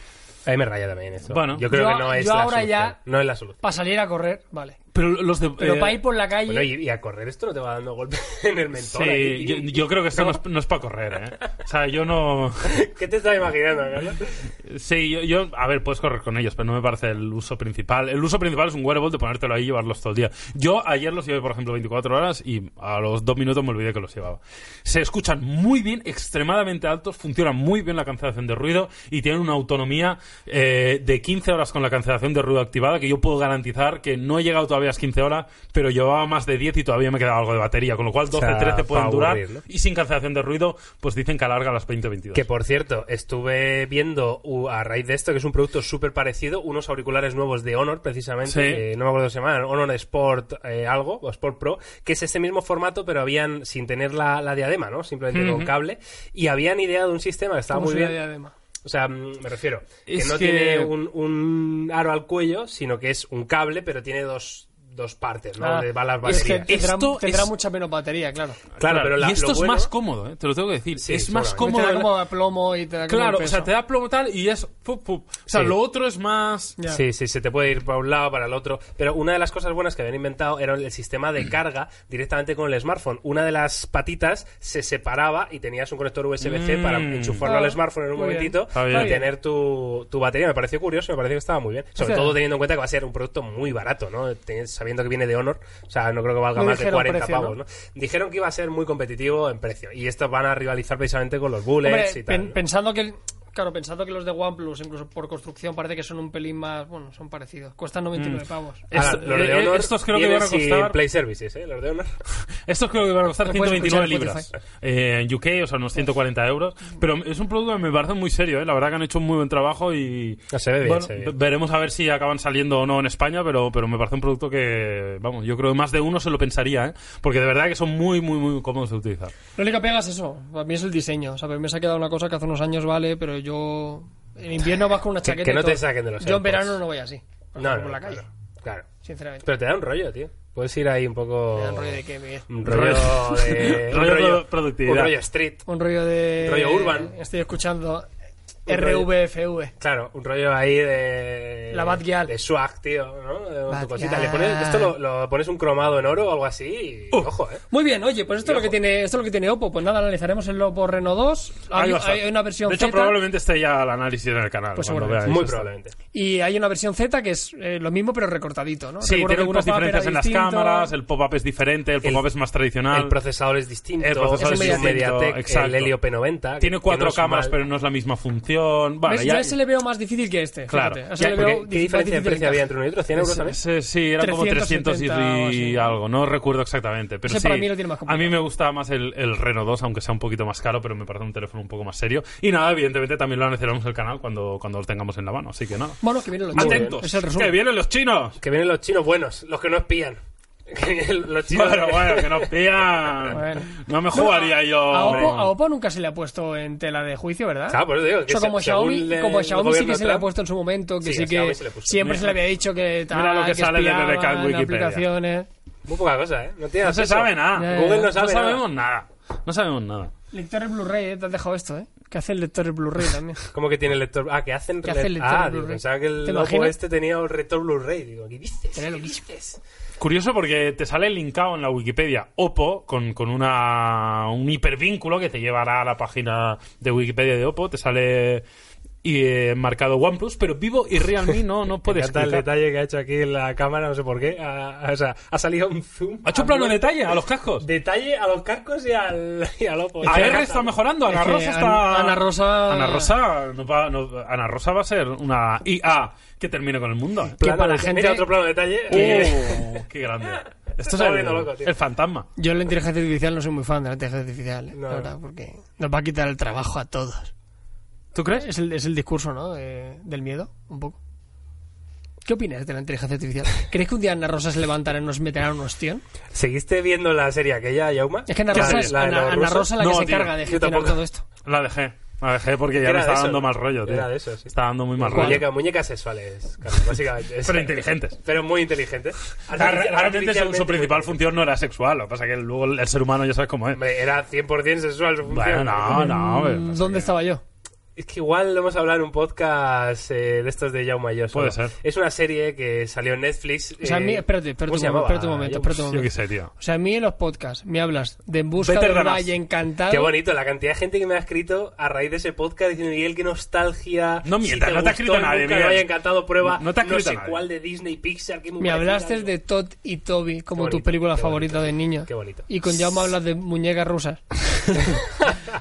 S2: A mí me raya también esto.
S1: Bueno.
S2: yo creo
S3: Yo-
S2: que no es
S3: yo
S2: la
S3: ahora
S2: solución.
S3: ya-
S2: No es la solución.
S3: Para salir a correr, vale.
S1: Pero los de.
S3: Pero
S1: eh,
S3: para ir por la calle.
S2: Bueno, y, y a correr esto no te va dando golpes (laughs) en el mentón.
S1: Sí,
S2: aquí?
S1: yo, yo creo que esto no, es, para correr, ¿eh? O sea, yo no.
S2: (laughs) ¿Qué te estás imaginando, Carlos?
S1: Sí, yo, yo- A ver, puedes correr con ellos, pero no me parece el uso principal. El uso principal es un wearable de ponértelo ahí y llevarlos todo el día. Yo ayer los llevé, por ejemplo, 24 horas y a los dos minutos me olvidé que los llevaba. Se escuchan muy bien, extremadamente altos, funcionan muy bien la cancelación de ruido y tienen una autonomía eh, de 15 horas con la cancelación de ruido activada que yo puedo garantizar que no he llegado todavía a las 15 horas, pero llevaba más de 10 y todavía me quedaba algo de batería, con lo cual 12,
S2: sea,
S1: 13 pueden
S2: pa'
S1: durar
S2: aburrir, ¿no?
S1: y sin cancelación de ruido, pues dicen que alarga a las 20, 22.
S2: Que por cierto, estuve viendo u- a raíz de esto, que es un producto súper parecido, unos auriculares nuevos de Honor, precisamente,
S1: Sí.
S2: eh, no me acuerdo cómo se llaman, Honor Sport eh, algo, o Sport Pro, que es este mismo formato, pero habían, sin tener la, la diadema, ¿no? Simplemente con
S1: Ujú.
S2: cable, y habían ideado un sistema que estaba
S3: ¿Cómo
S2: muy
S3: se
S2: bien.
S3: llama la diadema?
S2: O sea, mm, me refiero, que
S1: Es
S2: no
S1: que-
S2: tiene un, un aro al cuello, sino que es un cable, pero tiene dos, dos partes, ¿no?
S3: Ah,
S2: Donde van las
S3: es que
S2: baterías.
S3: tendrá,
S1: Esto
S3: tendrá
S1: es-
S3: mucha menos batería, claro.
S2: Claro, pero la-
S1: y esto
S2: lo
S1: es
S2: bueno-
S1: más cómodo, ¿eh? te lo tengo que decir.
S2: Sí,
S1: es más
S2: seguramente.
S1: cómodo.
S3: te da como a plomo y te da como
S1: Claro,
S3: peso.
S1: o sea, te da plomo tal y es. fup, fup. O sea,
S2: Sí.
S1: lo otro es más.
S3: Ya.
S2: Sí, sí, se te puede ir para un lado, para el otro. Pero una de las cosas buenas que habían inventado era el sistema de carga directamente con el smartphone. Una de las patitas se separaba y tenías un conector USB-C
S1: Mm.
S2: para enchufarlo
S3: Ah,
S2: al smartphone en un
S3: muy bien.
S2: momentito
S1: Está
S2: y
S1: bien.
S2: tener tu, tu batería. Me pareció curioso, me pareció que estaba muy bien. Sobre
S3: O sea-
S2: todo teniendo en cuenta que va a ser un producto muy barato, ¿no? Teni- Sabiendo que viene de Honor, o sea, no creo que valga
S3: No
S2: más de
S3: dijeron
S2: 40
S3: precio,
S2: pavos, ¿no? Dijeron que iba a ser muy competitivo en precio y estos van a rivalizar precisamente con los Bullets
S3: Hombre,
S2: y tal.
S3: pen-
S2: ¿no?
S3: pensando que el- claro, pensando que los de OnePlus incluso por construcción parece que son un pelín más, bueno, son parecidos, cuestan
S2: Mm.
S3: 99 pavos.
S1: Es-
S2: Ahora, los de
S1: eh, eh,
S2: Honor
S1: estos creo que
S2: vienen
S1: van a
S2: sin
S1: costar-
S2: Play Services, ¿eh? Los de Honor.
S1: Estos creo que van a costar
S3: Lo puedes
S1: 129
S3: escuchar en
S1: libras
S3: Spotify.
S1: eh, en UK, o sea, unos 140 euros. Pero es un producto que me parece muy serio, ¿eh? la verdad que han hecho un muy buen trabajo y.
S2: No, se ve bien,
S1: Bueno,
S2: se ve bien.
S1: ve- veremos a ver si acaban saliendo o no en España, pero, pero me parece un producto que, vamos, yo creo que más de uno se lo pensaría, ¿eh? porque de verdad que son muy, muy, muy cómodos de utilizar.
S3: Lo único que pega es eso, para mí es el diseño, o sea, para mí me se ha quedado una cosa que hace unos años vale, pero yo en invierno vas con una
S2: Que-
S3: chaqueta
S2: que
S3: y
S2: no te
S3: todo.
S2: saquen de los
S3: Yo en
S2: AirPods.
S3: verano no voy así, por,
S2: No,
S3: ejemplo,
S2: no,
S3: por la calle,
S2: Claro, claro.
S3: sinceramente.
S2: Pero te da un rollo, tío. Puedes ir ahí un poco.
S3: Me da un rollo de que me-
S1: (laughs)
S2: Un rollo de. un
S1: Rollo produ- productividad.
S2: Un rollo street.
S3: un rollo de
S2: Rollo urban.
S3: Estoy escuchando
S2: Un rollo-
S3: RVFV.
S2: Claro, un rollo ahí de.
S3: La Batgirl.
S2: De swag, tío, ¿no? De
S3: Batgirl.
S2: tu cosita. Le pones, esto lo, lo pones un cromado en oro o algo así y. Ojo, ¿eh?
S3: Muy bien, oye, pues esto es lo que tiene, esto es lo que tiene Oppo, pues nada, analizaremos el Oppo Reno 2.
S1: Ahí
S3: Hay,
S1: va a estar.
S3: hay una versión
S1: de hecho,
S3: Z.
S1: probablemente esté ya el análisis en el canal.
S3: Pues
S1: cuando
S3: seguramente.
S1: veáis
S2: Muy
S1: esto.
S2: probablemente.
S3: Y hay una versión Z que es eh, lo mismo pero recortadito, ¿no?
S1: Sí,
S3: Recuerdo que
S1: tiene
S3: el
S1: algunas
S3: pop-up era
S1: diferencias en las
S3: distinto.
S1: cámaras, el pop-up es diferente, el
S2: El-
S1: pop-up es más tradicional.
S2: El procesador es distinto.
S1: Ah. El procesador
S3: es
S2: es un
S1: distinto,
S2: Mediatek, el
S1: exacto.
S2: Helio P90. que-
S1: tiene
S2: que
S1: cuatro
S2: no es
S1: cámaras,
S2: mal.
S1: pero no es la misma función. Vale,
S3: ¿Ves?
S1: ya-
S3: Ya ese le veo más difícil que este.
S1: Claro.
S3: fíjate. A ese
S1: Ya,
S3: le
S2: Porque,
S3: veo
S2: ¿Qué
S3: difícil-
S2: diferencia de
S3: difícil este.
S2: precio había
S3: encaje.
S2: entre uno y otro? ¿100 euros también?
S1: Ese- sí, eran como 300 y
S3: 370 o así.
S1: algo, no recuerdo exactamente. Pero
S3: Ese
S1: sí,
S3: para mí lo tiene más
S1: a
S3: complicado.
S1: mí me gusta más el, el Reno 2, aunque sea un poquito más caro, pero me parece un teléfono un poco más serio. Y nada, evidentemente también lo analizaremos en el canal cuando, cuando lo tengamos en la mano, así que nada.
S3: Bueno, que vienen los chinos.
S1: Atentos,
S3: Es el
S1: que
S3: resumen.
S1: vienen los chinos.
S2: Que vienen los chinos buenos, los que no espían. (laughs) los chinos.
S1: Bueno, bueno, que nos pillan.
S3: (laughs) Bueno.
S1: No me jugaría yo.
S3: A
S1: hombre.
S3: Oppo, a Oppo nunca se le ha puesto en tela de juicio, ¿verdad?
S2: Ah, Claro, por eso digo
S3: O
S2: que
S3: sea,
S2: se-
S3: como
S2: según
S3: Xiaomi,
S2: le-
S3: como
S2: el
S3: Xiaomi sí
S2: gobierno
S3: que se le ha
S2: Trump,
S3: puesto en su momento, que
S2: Sí,
S3: sí
S2: a Xiaomi
S3: que
S2: se le puso.
S3: siempre se le
S1: Mira.
S3: había dicho que tal,
S1: Mira lo que sale de
S3: espiaban
S1: Rebecca en
S3: en
S1: Wikipedia.
S3: aplicaciones.
S2: Muy poca cosa, ¿eh? No, tiene
S1: No se
S2: acceso.
S1: sabe nada.
S3: Ya,
S2: Google
S3: ya.
S2: no sabe
S1: no
S2: nada.
S1: sabemos nada. No sabemos nada.
S3: Lectores Blu-ray, eh, te has dejado esto, ¿eh? Que hace el lector Blu-ray también. (laughs)
S2: ¿Cómo que tiene el lector? Ah, que hacen
S3: Que hace el lector
S2: Ah,
S3: Blu-ray.
S2: digo, pensaba que el
S3: ¿Te
S2: logo
S3: imaginas?
S2: este tenía el lector Blu-ray. Digo, ¿qué dices?
S3: Tenía lo
S2: ¿Qué
S3: mismo.
S2: dices?
S1: Curioso porque te sale linkado en la Wikipedia Oppo con, con una, un hipervínculo que te llevará a la página de Wikipedia de Oppo. Te sale y, eh, marcado OnePlus, pero Vivo y Realme no,
S2: (laughs)
S1: no
S2: Me
S1: puedes
S2: encanta el
S1: clicar.
S2: detalle que ha hecho aquí en la cámara, no sé por qué. Ah, o sea, ha salido un zoom.
S1: Ha hecho un plano de
S2: de
S1: detalle a los cascos.
S2: detalle a los cascos y al, y al Oppo.
S1: AR está mejorando, Ana
S3: Es que
S1: Rosa está...
S3: Ana Rosa-
S1: Ana Rosa, no va, no- Ana Rosa va a ser una IA que termine con el mundo. ¿eh?
S2: Plano
S3: para
S2: de-
S3: gente-
S2: Mira otro plano de detalle.
S3: (laughs)
S2: Eh,
S1: ¡Oh, (laughs) ¡Qué
S2: (laughs)
S1: grande! Esto es
S2: Está volviendo loco,
S1: el,
S2: tío.
S1: el fantasma.
S3: Yo en la inteligencia artificial no soy muy fan de la inteligencia artificial, eh,
S2: No.
S3: la verdad, porque nos va a quitar el trabajo a todos. ¿Tú crees? Es el, es el discurso, ¿no? Eh, del miedo, un poco. ¿Qué opinas de la
S2: (laughs)
S3: inteligencia artificial? ¿Crees que un día Ana Rosa se levantará y nos meterá un hostión?
S2: ¿Seguiste viendo la serie aquella, Yauma?
S3: Es que Ana
S2: La
S3: Rosa
S2: de-
S3: es
S2: la de
S3: Ana,
S2: los
S3: Ana
S2: rusos.
S3: Rosa la que
S1: No,
S3: se
S1: tío,
S3: encarga de
S2: yo
S3: gestionar
S2: tampoco.
S3: todo esto.
S1: La dejé. La dejé porque ya me
S2: Era de
S1: estaba
S2: eso,
S1: dando
S2: ¿no?
S1: mal rollo, tío.
S2: Era de eso, sí.
S1: Está dando muy mal rollo.
S2: Muñeca, muñecas sexuales, Carlos, básicamente.
S1: (laughs) Pero inteligentes.
S2: Pero muy inteligentes.
S1: O sea, re- realmente su,
S2: Artificialmente
S1: su
S2: muy
S1: principal función no era sexual. Lo que pasa es que luego el, el ser humano ya sabes cómo es.
S2: Hombre, era 100% sexual su función.
S1: Bueno, no, no. pero-
S3: ¿Dónde estaba yo?
S2: Es que igual lo hemos hablado en un podcast eh, de estos de Jaume y yo. solo.
S1: Puede ser.
S2: Es una serie que salió en Netflix.
S3: O sea, a mí,
S2: eh,
S3: espérate, espérate,
S2: ¿cómo
S3: un,
S2: se
S3: momento,
S2: llamaba?
S3: espérate un momento,
S2: Yo-
S3: espérate un
S1: Yo qué
S3: momento.
S1: sé, tío.
S3: O sea, a mí en los podcasts me hablas de En busca
S1: Better
S3: del
S1: Than Us.
S3: Valle Encantado.
S2: Qué bonito, la cantidad de gente que me ha escrito a raíz de ese podcast diciendo, Miguel, qué nostalgia.
S1: No mientas, no te ha escrito nadie,
S2: Nunca
S1: Miguel.
S2: me haya encantado, prueba.
S1: No te ha escrito
S2: sé
S1: nadie.
S2: cuál de Disney, Pixar, que
S3: Me hablaste de Todd y Toby como
S2: Qué
S3: tu
S2: bonito,
S3: película
S2: qué
S3: favorita
S2: bonito,
S3: de niño.
S2: qué bonito.
S3: Y con Jaume hablas de muñecas rusas.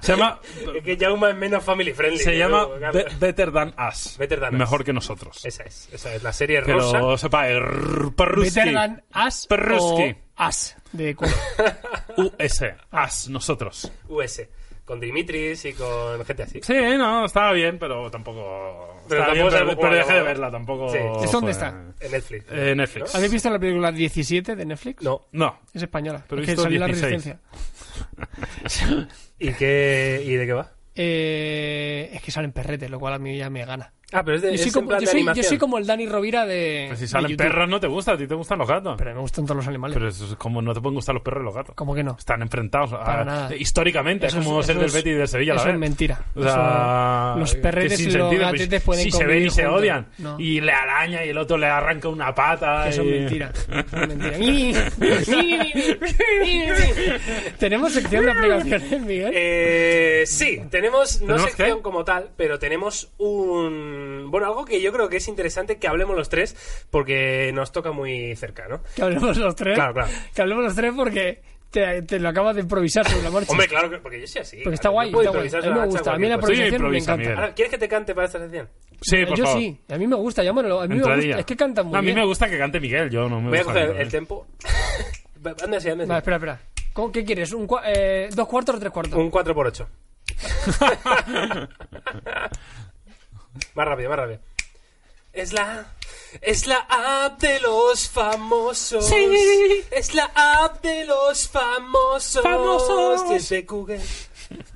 S1: Se
S2: (laughs)
S1: llama,
S2: Es que Jaume es menos family friendly.
S1: se
S2: yo
S1: llama
S2: creo,
S1: Be-
S2: Carlos.
S1: Better Than Us.
S2: Better Than Us.
S1: Mejor que nosotros.
S2: Esa es, esa es, la serie rosa.
S1: Pero sepa, er, Perruski.
S3: Better Than As
S1: Perruski.
S3: o As de cuál.
S1: US. Us, nosotros.
S2: US. Con Dimitris y con gente así.
S1: Sí, no, estaba bien, pero tampoco.
S2: Pero
S1: estaba
S2: tampoco
S1: bien,
S2: es
S1: pero,
S2: algo
S1: pero
S2: como-
S1: dejé de verla, tampoco.
S2: Sí. ¿Eso
S1: fue-
S3: dónde está?
S2: En Netflix.
S1: Eh, Netflix.
S3: ¿Habéis visto la película 17 de Netflix?
S2: No.
S1: No.
S3: Es española.
S1: Pero
S3: es que
S1: esto es
S3: salió en la
S1: 16.
S3: resistencia.
S2: ¿Y, qué, ¿Y de qué va?
S3: Eh, es que salen perretes, lo cual a mí ya me gana.
S2: Ah, pero es de,
S3: Yo
S2: es
S3: soy,
S2: en
S3: como,
S2: plan
S3: yo,
S2: de
S3: soy, yo
S2: animación.
S3: soy como el Dani Rovira de.
S1: Pues si
S3: de
S1: salen
S3: YouTube.
S1: perras, no te gusta, a ti te gustan los gatos.
S3: Pero me gustan todos los animales.
S1: Pero eso es como no te pueden gustar los perros y los gatos.
S3: ¿Cómo que no?
S1: Están enfrentados a-
S3: Para nada.
S1: históricamente.
S3: Eso
S1: es como ser
S3: eso
S1: del
S3: es-
S1: Betty y del Sevilla. a la
S3: Eso es
S1: vez.
S3: mentira.
S1: O sea,
S3: Eso- los
S1: que
S3: perretes
S1: sin
S3: y los
S1: sentido, pues,
S3: gatetes pueden
S1: Si se
S3: convivir
S1: ven y se
S3: juntos.
S1: odian.
S3: No.
S1: Y le araña y el otro le arranca una pata.
S3: Eso es
S1: y-
S3: mentira.
S1: (laughs)
S3: Eso es mentira. Tenemos sección de aplicaciones, Miguel.
S2: Eh, sí, tenemos no
S1: ¿Tenemos
S2: sección
S1: qué?
S2: como tal, pero tenemos un bueno algo que yo creo que es interesante que hablemos los tres porque nos toca muy cerca, ¿no?
S3: Que hablemos los tres.
S2: Claro, claro.
S3: Que hablemos los tres porque te, te lo acabas de improvisar sobre la marcha.
S2: Hombre, claro, que, porque yo soy así.
S3: porque está
S2: claro,
S3: guay.
S2: yo puedo
S3: Está
S2: improvisar
S3: guay. A mí me
S2: la
S3: gusta.
S2: hacha
S3: A mí la
S1: cualquier cosa.
S3: improvisación me
S1: Improvisa,
S3: encanta.
S1: Miguel.
S2: Ahora, ¿quieres que te cante para esta sección?
S1: Sí, por
S3: yo
S1: favor.
S3: sí, a mí me gusta, llámalo. A mí me
S1: Entradilla.
S3: gusta, es que canta muy
S1: No, a mí
S3: bien.
S1: me gusta que cante Miguel, yo no me
S2: Voy a
S1: gusta
S2: coger
S1: cantar.
S2: el tempo. (laughs) Anda, sí, anda, sí.
S3: Vale, espera, espera. ¿Cómo- ¿Qué quieres? ¿Un cua- eh, ¿Dos cuartos o tres cuartos?
S2: Un
S3: (laughs)
S2: 4x8. más rápido, más rápido. Es la. Es la app de los famosos.
S1: Sí.
S2: Es la app de los famosos.
S1: Famosos.
S2: Y es de Google.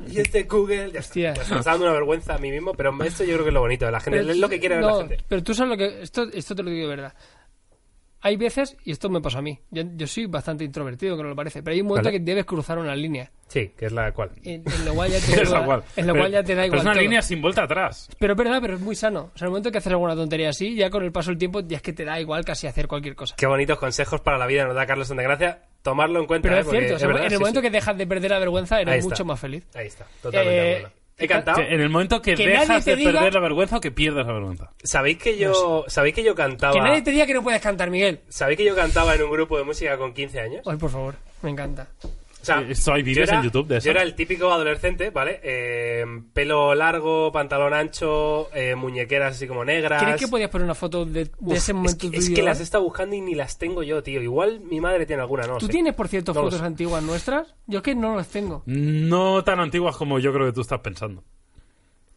S2: Y es de Google. Ya está.
S3: Hostia.
S2: Pues me está dando una vergüenza a mí mismo, pero esto yo creo que es lo bonito de la gente.
S3: Pero
S2: es
S3: tú-
S2: lo que quiere ver
S3: Pues no,
S2: la gente.
S3: Pero tú sabes lo que. Esto, esto te lo digo de verdad. Hay veces, y esto me pasa a mí, yo, yo soy bastante introvertido, que no lo parece, pero hay un momento
S2: Vale.
S3: que debes cruzar una línea.
S2: Sí, que es la cual.
S3: En, en lo
S2: (laughs)
S3: cual ya
S1: (laughs)
S3: te,
S1: Es
S3: da-
S1: igual.
S3: en lo
S1: Pero-
S3: cual ya te da igual.
S1: Pero es una
S3: todo.
S1: línea sin vuelta atrás.
S3: Pero es verdad, pero es muy sano. O sea, el momento que haces alguna tontería así, ya con el paso del tiempo, ya es que te da igual casi hacer cualquier cosa.
S2: Qué bonitos consejos para la vida nos da Carlos Santagracia. Tomarlo en cuenta.
S3: Pero
S2: ¿eh?
S3: es
S2: Porque
S3: cierto, o sea,
S2: verdad,
S3: en el
S2: sí,
S3: momento
S2: sí.
S3: que dejas de perder la vergüenza,
S2: Ahí
S3: eres
S2: está.
S3: mucho más feliz.
S2: Ahí está, totalmente. de
S3: Eh,
S2: acuerdo. He cantado.
S1: Que en el momento que,
S3: Que nadie
S1: dejas
S3: te
S1: de
S3: diga-
S1: perder la vergüenza o que pierdes la vergüenza.
S2: ¿Sabéis que yo, sabéis que yo cantaba?
S3: Que nadie te diga que no puedes cantar, Miguel.
S2: ¿Sabéis que yo cantaba en un grupo de música con 15 años? O
S3: Ay, por favor, me encanta.
S2: sea,
S1: Eh, esto hay
S2: yo
S1: vídeos
S2: era-
S1: en YouTube de eso.
S2: Yo era el típico adolescente, ¿vale? Eh, pelo largo, pantalón ancho, eh, muñequeras así como negras.
S3: ¿Crees que podías poner una foto de, de
S2: Uf,
S3: ese momento
S2: es que, es
S3: tuyo? eh?
S2: que las está buscando y ni las tengo yo, tío. Igual mi madre tiene alguna, no
S3: ¿Tú
S2: sé.
S3: tienes, por cierto,
S2: Oh, No lo
S3: fotos
S2: sé.
S3: antiguas nuestras? Yo es que no las tengo.
S1: No tan antiguas como yo creo que tú estás pensando.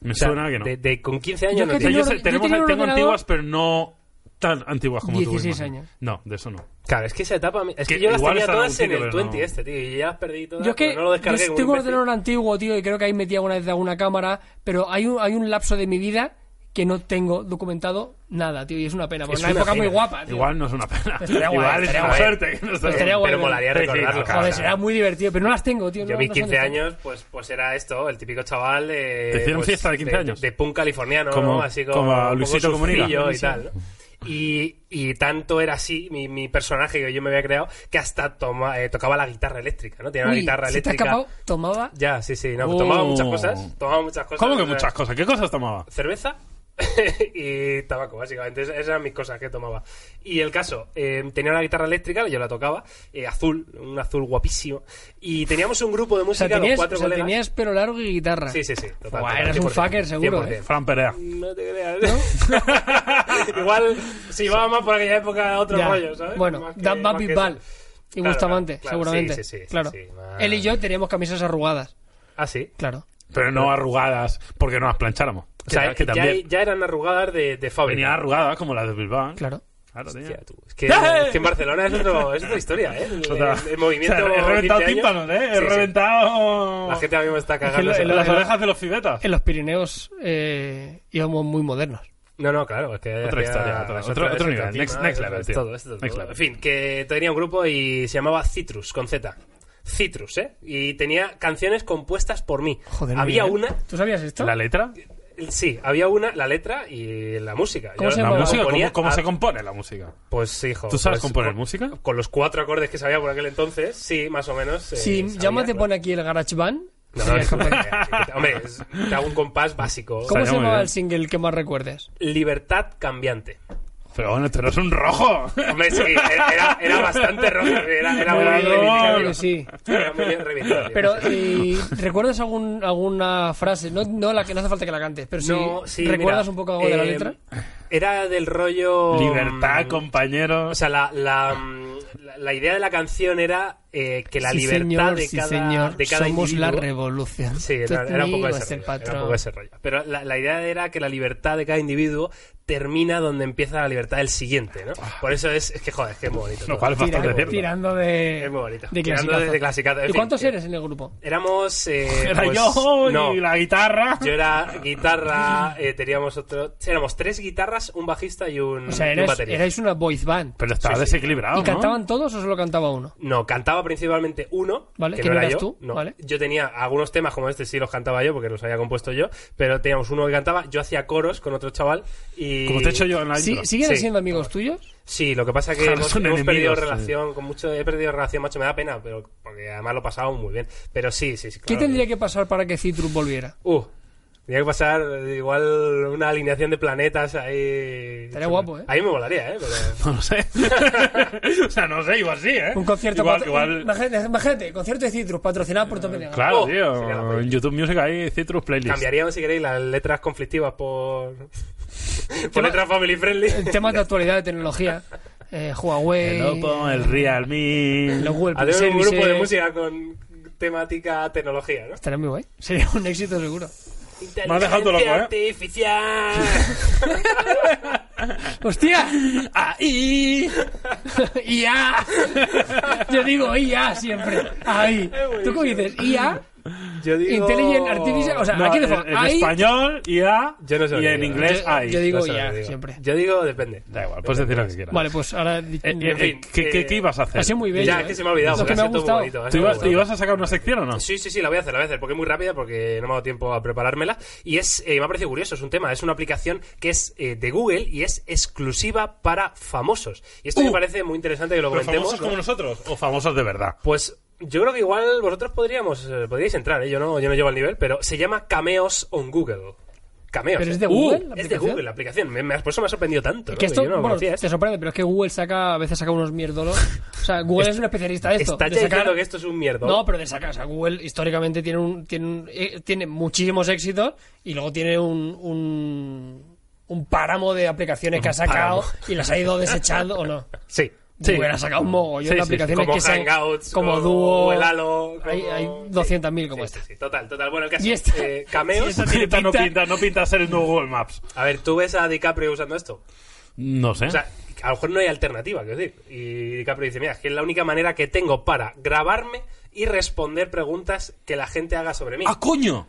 S1: Me
S2: O sea,
S1: suena que no.
S2: de, de- con 15
S3: Yo
S2: años no
S3: que
S1: O sea,
S2: tiene.
S1: yo
S3: tenía
S1: sé-
S3: un- yo
S1: tenemos,
S3: tenía un
S1: tengo
S3: ordenador-
S1: antiguas, pero no tan antiguas como tú.
S3: 16
S1: imaginas.
S3: años.
S1: No, de eso no.
S2: Claro, es que esa etapa... a mí- Es que,
S1: Que
S2: yo las
S1: igual
S2: tenía
S1: están en algún
S2: todas en el
S1: sitio, pero
S2: 20
S1: no.
S2: este, tío. Y ya las perdí todas,
S3: Yo es que
S2: pero no lo descargué
S3: yo
S2: como un
S3: tengo un
S2: imbécil.
S3: ordenador antiguo, tío, y creo que ahí metí alguna vez alguna cámara, pero hay un, hay un lapso de mi vida que no tengo documentado nada, tío, y es una pena, porque
S2: Es
S3: es una,
S2: una
S3: época
S2: pena.
S3: muy guapa, tío.
S1: Igual no es una pena.
S3: Estaría
S1: (laughs)
S3: guay,
S1: Igual es
S3: estaría
S1: una
S3: guay.
S1: suerte. que no está-
S3: Estaría guay.
S2: Pero molaría
S1: Sí, sí, no,
S2: recordarlo.
S1: claro.
S3: Joder, será muy divertido, pero no las tengo, tío.
S2: Yo
S3: no-
S2: mis
S3: no sé dónde
S2: 15
S3: están.
S2: años, pues, pues era esto, el típico chaval de...
S1: ¿Te hicieron
S2: pues,
S1: fiesta de 15 años?
S2: De, punk californiano,
S1: Como-
S2: ¿no? Así como,
S1: como a
S2: un poco
S1: Luisito Comunica.
S2: sufrillo y tal, ¿no? Y, y tanto era así mi, mi personaje que yo me había creado que hasta toma- eh, tocaba la guitarra eléctrica, ¿no? Tenía una
S3: Uy,
S2: guitarra
S3: se te ha
S2: eléctrica.
S3: escapado, tomaba...
S2: Ya, sí, sí. No, pues
S1: Oh.
S2: Tomaba muchas cosas. Tomaba muchas cosas.
S1: ¿Cómo que
S2: O sea,
S1: muchas cosas? ¿Qué cosas tomaba?
S2: cerveza (laughs) y tabaco, básicamente. Es- Esas eran mis cosas que tomaba. Y el caso, eh, tenía una guitarra eléctrica, yo la tocaba, eh, azul, un azul guapísimo. Y teníamos un grupo de
S3: O sea,
S2: música, los
S3: tenías,
S2: cuatro
S3: o sea,
S2: colegas.
S3: tenías pelo largo y guitarra.
S2: Sí, sí, sí. Total,
S3: Buah,
S2: total,
S3: eres un
S2: 100%,
S3: fucker seguro, ¿eh?
S2: 100%.
S1: Fran Perea.
S2: No te creas, ¿no? (laughs) Igual se llevaba más por aquella época a otro
S3: Ya.
S2: rollo, ¿sabes?
S3: Bueno,
S2: Más que-
S3: Dan
S2: más
S3: Van
S2: que-
S3: Bisbal y
S2: Claro,
S3: Bustamante,
S2: claro, claro.
S3: seguramente.
S2: Sí, sí, sí, sí,
S3: claro.
S2: sí, más-
S3: Él y yo teníamos camisas arrugadas,
S2: Ah, sí.
S3: claro.
S1: Pero no arrugadas, porque no las plancháramos.
S2: O sea,
S1: que, que
S2: ya,
S1: también
S2: ya eran arrugadas de, de fábrica.
S1: venían arrugadas como las de Bilbao. ¿eh?
S3: Claro.
S1: Claro, tenía.
S2: Hostia, tú. Es,
S1: (laughs)
S2: que,
S1: ¡Eh!
S2: es que en Barcelona es, otro- es otra historia, ¿eh?
S1: (laughs)
S2: El,
S1: Otra-
S2: el- el movimiento.
S1: O sea, he reventado
S2: 15 años.
S1: tímpanos, ¿eh? He
S2: Sí, sí.
S1: reventado.
S2: La gente a mí
S1: (laughs)
S2: me está cagando.
S3: Es que lo-
S1: Las
S3: lo-
S1: orejas de los fibetas.
S3: En los Pirineos eh, íbamos muy modernos.
S2: No, no, claro. Es que
S1: Otra
S2: hacía-
S1: historia, otra-
S2: es
S1: otro-
S2: otra-
S1: otro
S2: es
S1: nivel,
S2: otra
S1: next-
S2: clima,
S1: next
S2: es-
S1: level,
S2: es
S1: tío.
S2: todo, es todo.
S1: Next level.
S2: En fin, que tenía un grupo y se llamaba Citrus, con Z. Citrus, ¿eh? Y tenía canciones compuestas por mí.
S3: Joder,
S2: Había
S3: Miguel.
S2: una
S3: ¿Tú sabías esto?
S1: ¿La letra?
S2: Sí, había una, la letra y la música.
S3: ¿Cómo
S2: Yo
S3: se
S1: La
S3: Bueno,
S1: música,
S2: componía
S1: ¿cómo, cómo
S2: a-
S1: se compone la música?
S2: Pues hijo.
S1: ¿Tú sabes
S2: pues,
S1: componer
S2: con-
S1: música?
S2: Con los cuatro acordes que sabía por aquel entonces, sí, más o menos. eh,
S3: Si
S2: sabía,
S3: llama te
S2: ¿no?
S3: pone aquí el GarageBand.
S2: No, no, es- hombre, es- te hago un compás básico.
S1: Estaría
S3: ¿Cómo se
S1: muy
S3: llamaba
S1: bien.
S3: el single que más recuerdes?
S2: Libertad cambiante.
S1: Pero bueno,
S2: este
S1: esto no es un rojo.
S2: Hombre, sí, era, era bastante rojo. Era, era muy
S1: No, no,
S2: reivindicativo.
S3: sí.
S2: Era muy reivindicativo.
S3: Pero, ¿y ¿recuerdas algún, alguna frase? No, no la que no hace falta que la cantes, pero si
S2: No, sí,
S3: recuerdas
S2: mira,
S3: un poco algo de la
S2: eh,
S3: letra.
S2: Era del rollo.
S1: Libertad,
S2: mm,
S1: compañero.
S2: O sea, la, la, mm, la- la idea de la canción era eh, que la
S3: Sí,
S2: libertad
S3: señor,
S2: de,
S3: sí,
S2: cada,
S3: señor.
S2: de cada
S3: Somos la
S2: individuo-
S3: revolución.
S2: Sí,
S3: Tú
S2: era, era un poco
S3: mismo
S2: ese
S3: es el
S1: este
S2: rollo, era un
S3: patrón.
S2: poco ese rollo. Pero la, la idea era que la libertad de cada individuo termina donde empieza la libertad del siguiente, ¿no? Por eso es, es que, joder, es que es muy bonito.
S1: Lo
S2: todo.
S1: cual es
S3: Tira-
S1: Ah. bastante
S3: Tirando,
S1: cierto.
S3: de.
S2: Es muy bonito.
S3: De
S2: Tirando
S3: clasicazo.
S2: de clasicazo, en
S3: ¿Y
S2: fin, eh.
S3: cuántos
S2: que-
S3: eres en el grupo?
S2: Éramos... eh,
S1: (laughs) Era
S2: pues,
S1: yo
S2: no.
S1: y la guitarra.
S2: Yo era guitarra, eh, teníamos otro... Éramos tres guitarras, un bajista y un,
S3: O sea,
S2: y un
S3: erais,
S2: batería.
S3: erais una boys band.
S1: Pero estaba
S2: Sí, sí.
S1: desequilibrado,
S3: ¿Y
S1: ¿no?
S3: cantaban todos o solo cantaba uno?
S2: No, cantaba principalmente uno,
S3: Vale,
S2: que
S3: que
S2: no
S3: no
S2: era yo.
S3: eras tú,
S2: no.
S3: vale.
S2: Yo tenía algunos temas como este, sí los cantaba yo porque los había compuesto yo, pero teníamos uno que cantaba, yo hacía coros con otro chaval y...
S1: Como te he hecho yo en la
S3: Sí,
S1: intro.
S3: ¿Siguen
S2: Sí.
S3: siendo amigos tuyos?
S2: Sí, lo que pasa que
S1: Claro, (laughs)
S2: hemos,
S1: son
S2: hemos perdido
S1: enemigos,
S2: relación con mucho, he perdido relación, macho, me da pena, pero porque además lo pasaba muy bien. Pero sí, sí, sí.
S3: ¿Qué
S2: claro.
S3: tendría que pasar para que Citrus volviera?
S2: Uh, tendría que pasar eh, igual una alineación de planetas ahí.
S3: Estaría guapo, ¿eh?
S2: Ahí me
S1: (laughs)
S2: volaría, ¿eh? Pero...
S1: (laughs) No lo sé. o sea, no sé, igual sí, ¿eh?
S3: Un concierto.
S1: Igual,
S3: patro-
S1: igual-
S3: Imagínate, imagínate, concierto de Citrus patrocinado por Tope Negra.
S1: Claro,
S2: Oh, sería la
S1: tío.
S2: polla.
S1: En YouTube Music hay Citrus Playlist.
S2: Cambiaríamos, si queréis, las letras conflictivas por. (laughs) por
S3: Tema-
S2: letras family
S3: (laughs)
S2: friendly.
S3: Temas de actualidad de tecnología. Eh, Huawei.
S1: El Oppo, el Realme.
S3: Los Google Play
S2: Hacer un grupo de
S3: Services.
S2: música con temática tecnología, ¿no?
S3: Estaría muy guay. Sería un éxito seguro.
S1: Me has dejado loco, ¿eh?
S2: Inteligencia artificial.
S3: (laughs) ¡Hostia! ¡Ahí! (laughs) ¡IA! Yo digo IA siempre. ¡Ahí!
S2: Es buenísimo.
S3: ¿Tú cómo dices? ¿IA?
S2: Yo digo.
S3: Intelligent Artificial. O sea,
S1: No,
S3: aquí
S1: en,
S3: de fondo.
S1: en
S3: ahí.
S1: español, IA.
S2: Yo no sé lo
S1: y
S2: que
S1: en
S2: digo,
S1: inglés,
S3: Yo-
S1: AI.
S3: yo digo
S2: No sé lo que
S3: ya,
S2: digo.
S3: siempre.
S2: Yo digo, depende.
S1: Da igual, puedes decir lo que quieras.
S3: Vale, pues ahora. di-
S1: Eh, eh,
S2: En fin,
S1: ¿qué, qué-
S2: eh,
S1: qué ibas a hacer?
S3: ha sido muy bello.
S2: ya,
S3: ¿eh?
S2: es que se me ha olvidado.
S3: Lo
S2: porque
S3: que me
S2: ha
S3: ha
S2: sido muy
S3: gustado.
S2: bonito, ha
S1: ¿Tú
S2: sido muy
S1: ibas,
S2: bonito.
S1: ibas a sacar una sección o no?
S2: Sí, sí, sí, la voy a hacer, la voy a hacer, porque es muy rápida, porque no me ha dado tiempo a preparármela. Y es, eh, me ha parecido curioso, es un tema, es una aplicación que es eh, de Google y es exclusiva para famosos. Y esto
S1: Uh.
S2: me parece muy interesante que lo
S1: ¿Pero
S2: comentemos.
S1: famosos como nosotros o famosos de verdad?
S2: Pues yo creo que igual vosotros podríamos, eh, podríais entrar, ¿eh? yo, no, yo no llevo al nivel, pero se llama Cameos on Google. Cameos.
S3: Pero
S2: eh.
S3: es de
S1: Uh,
S3: Google. la
S2: Es de
S3: aplicación.
S2: Google la aplicación, Me- me- por eso me ha sorprendido tanto. ¿no?
S3: Que esto,
S2: Yo no lo
S3: bueno,
S2: conocía, ¿eh?
S3: te
S2: esto.
S3: sorprende, pero es que Google saca, a veces saca unos mierdolos. O sea, Google es un especialista de esto.
S2: Está
S3: de
S2: ya
S3: sacar-
S2: diciendo que esto es un mierdo.
S3: No, pero de sacar. O sea, Google históricamente tiene, un, tiene, un- eh, tiene muchísimos éxitos y luego tiene un, un, un páramo de aplicaciones que ha sacado y las ha ido desechando o no.
S2: (laughs) Sí.
S1: Sí.
S3: Google ha sacado un
S1: Sí,
S3: mogollón
S1: sí,
S3: de
S1: sí.
S3: aplicaciones
S2: Como
S3: que se han-
S2: Hangouts,
S3: como
S2: como
S3: Duo.
S2: el Halo,
S3: Hay,
S2: como-
S3: hay
S2: sí.
S3: 200.000 como
S2: Sí,
S3: esta.
S2: sí, sí, total, total. Bueno, el caso.
S3: Y esta-
S2: eh, cameos.
S1: Esa tinta no pinta, no pinta ser el nuevo Google Maps.
S2: A ver, ¿tú ves a DiCaprio usando esto?
S1: No sé.
S2: O sea,
S1: Ah.
S2: a lo mejor no hay alternativa, quiero decir. Y DiCaprio dice, mira, es que es la única manera que tengo para grabarme y responder preguntas que la gente haga sobre mí.
S1: ¡Ah, coño!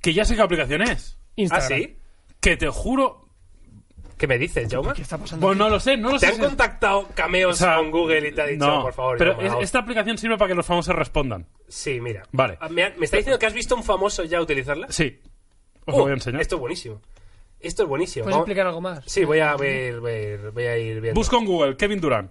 S1: Que ya sé qué aplicación es.
S2: ¿Ah,
S3: Instagram.
S2: sí?
S1: Que te juro.
S2: ¿Qué me dices, Jaume?
S3: ¿Qué está pasando?
S1: Bueno, no lo sé, no lo
S2: ¿Te
S1: sé.
S2: han contactado cameos
S1: O sea,
S2: con Google y te ha dicho,
S1: no,
S2: por favor?
S1: Pero
S2: Jaume,
S1: es-
S2: vamos"?
S1: esta aplicación sirve para que los famosos respondan.
S2: Sí, mira.
S1: Vale.
S2: Ah, ¿Me, ha- me está diciendo que has visto un famoso ya utilizarla?
S1: Sí. Os
S2: Oh,
S1: lo voy a enseñar.
S2: Esto es buenísimo. Esto es buenísimo.
S3: ¿Puedes
S2: Vamos-
S3: explicar algo más?
S2: Sí, voy a, voy, a ir, voy a ir- voy a ir viendo.
S1: Busca en Google, Kevin Durant.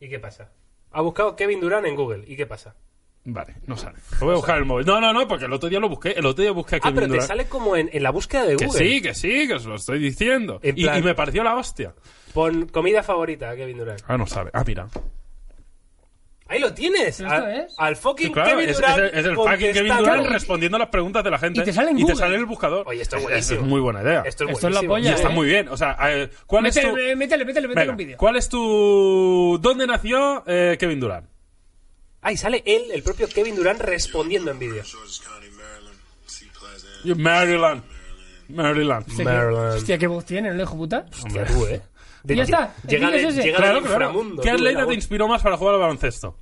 S2: ¿Y qué pasa? Ha buscado Kevin Durant en Google. ¿Y qué pasa?
S1: Vale, no sale. Lo voy a buscar en el móvil. No, no, no, porque el otro día lo busqué. El otro día busqué a
S2: Ah,
S1: Kevin
S2: pero te
S1: Durant.
S2: sale como en, en la búsqueda de
S1: Que
S2: Google.
S1: sí, que sí, que os lo estoy diciendo.
S2: En
S1: Y,
S2: plan-
S1: y me pareció la hostia.
S2: Pon comida favorita, Kevin Durant.
S1: Ah, no sale. Ah, mira.
S2: Ahí lo tienes.
S3: ¿Pero esto
S2: al,
S3: es?
S2: al fucking
S1: Sí, claro,
S2: Kevin
S1: es,
S2: Durant.
S1: es el- es el fucking Kevin
S2: contestando.
S1: Durant respondiendo a las preguntas de la gente.
S3: Y te sale en Google.
S1: el buscador.
S2: Oye, esto es
S1: Es-
S2: buenísimo.
S1: Es, muy buena idea.
S2: Esto es,
S3: Esto es la
S2: buenísimo.
S1: y
S3: polla,
S1: está
S3: ¿eh?
S1: muy bien. O sea, eh, ¿cuál es tu...
S3: Métele, métele, métele, métele
S1: Venga,
S3: un vídeo.
S1: ¿Cuál es tu... ¿Dónde nació eh, Kevin Durant?
S2: Ahí sale él, el propio Kevin Durant, respondiendo en vídeo.
S4: Georges County, Maryland. Sea Pleasant.
S1: Maryland. Maryland.
S3: Hostia, qué-
S2: Maryland.
S3: Hostia, qué voz tiene el hijo puta.
S2: Hostia, tú, ¿eh? De-
S3: Ya está, el
S2: Llega,
S3: vídeo
S2: de,
S3: es ese.
S2: llega
S1: Claro,
S2: del
S1: claro.
S2: inframundo.
S1: ¿Qué
S2: tú, la
S1: atleta te
S2: voz.
S1: inspiró más para jugar al baloncesto?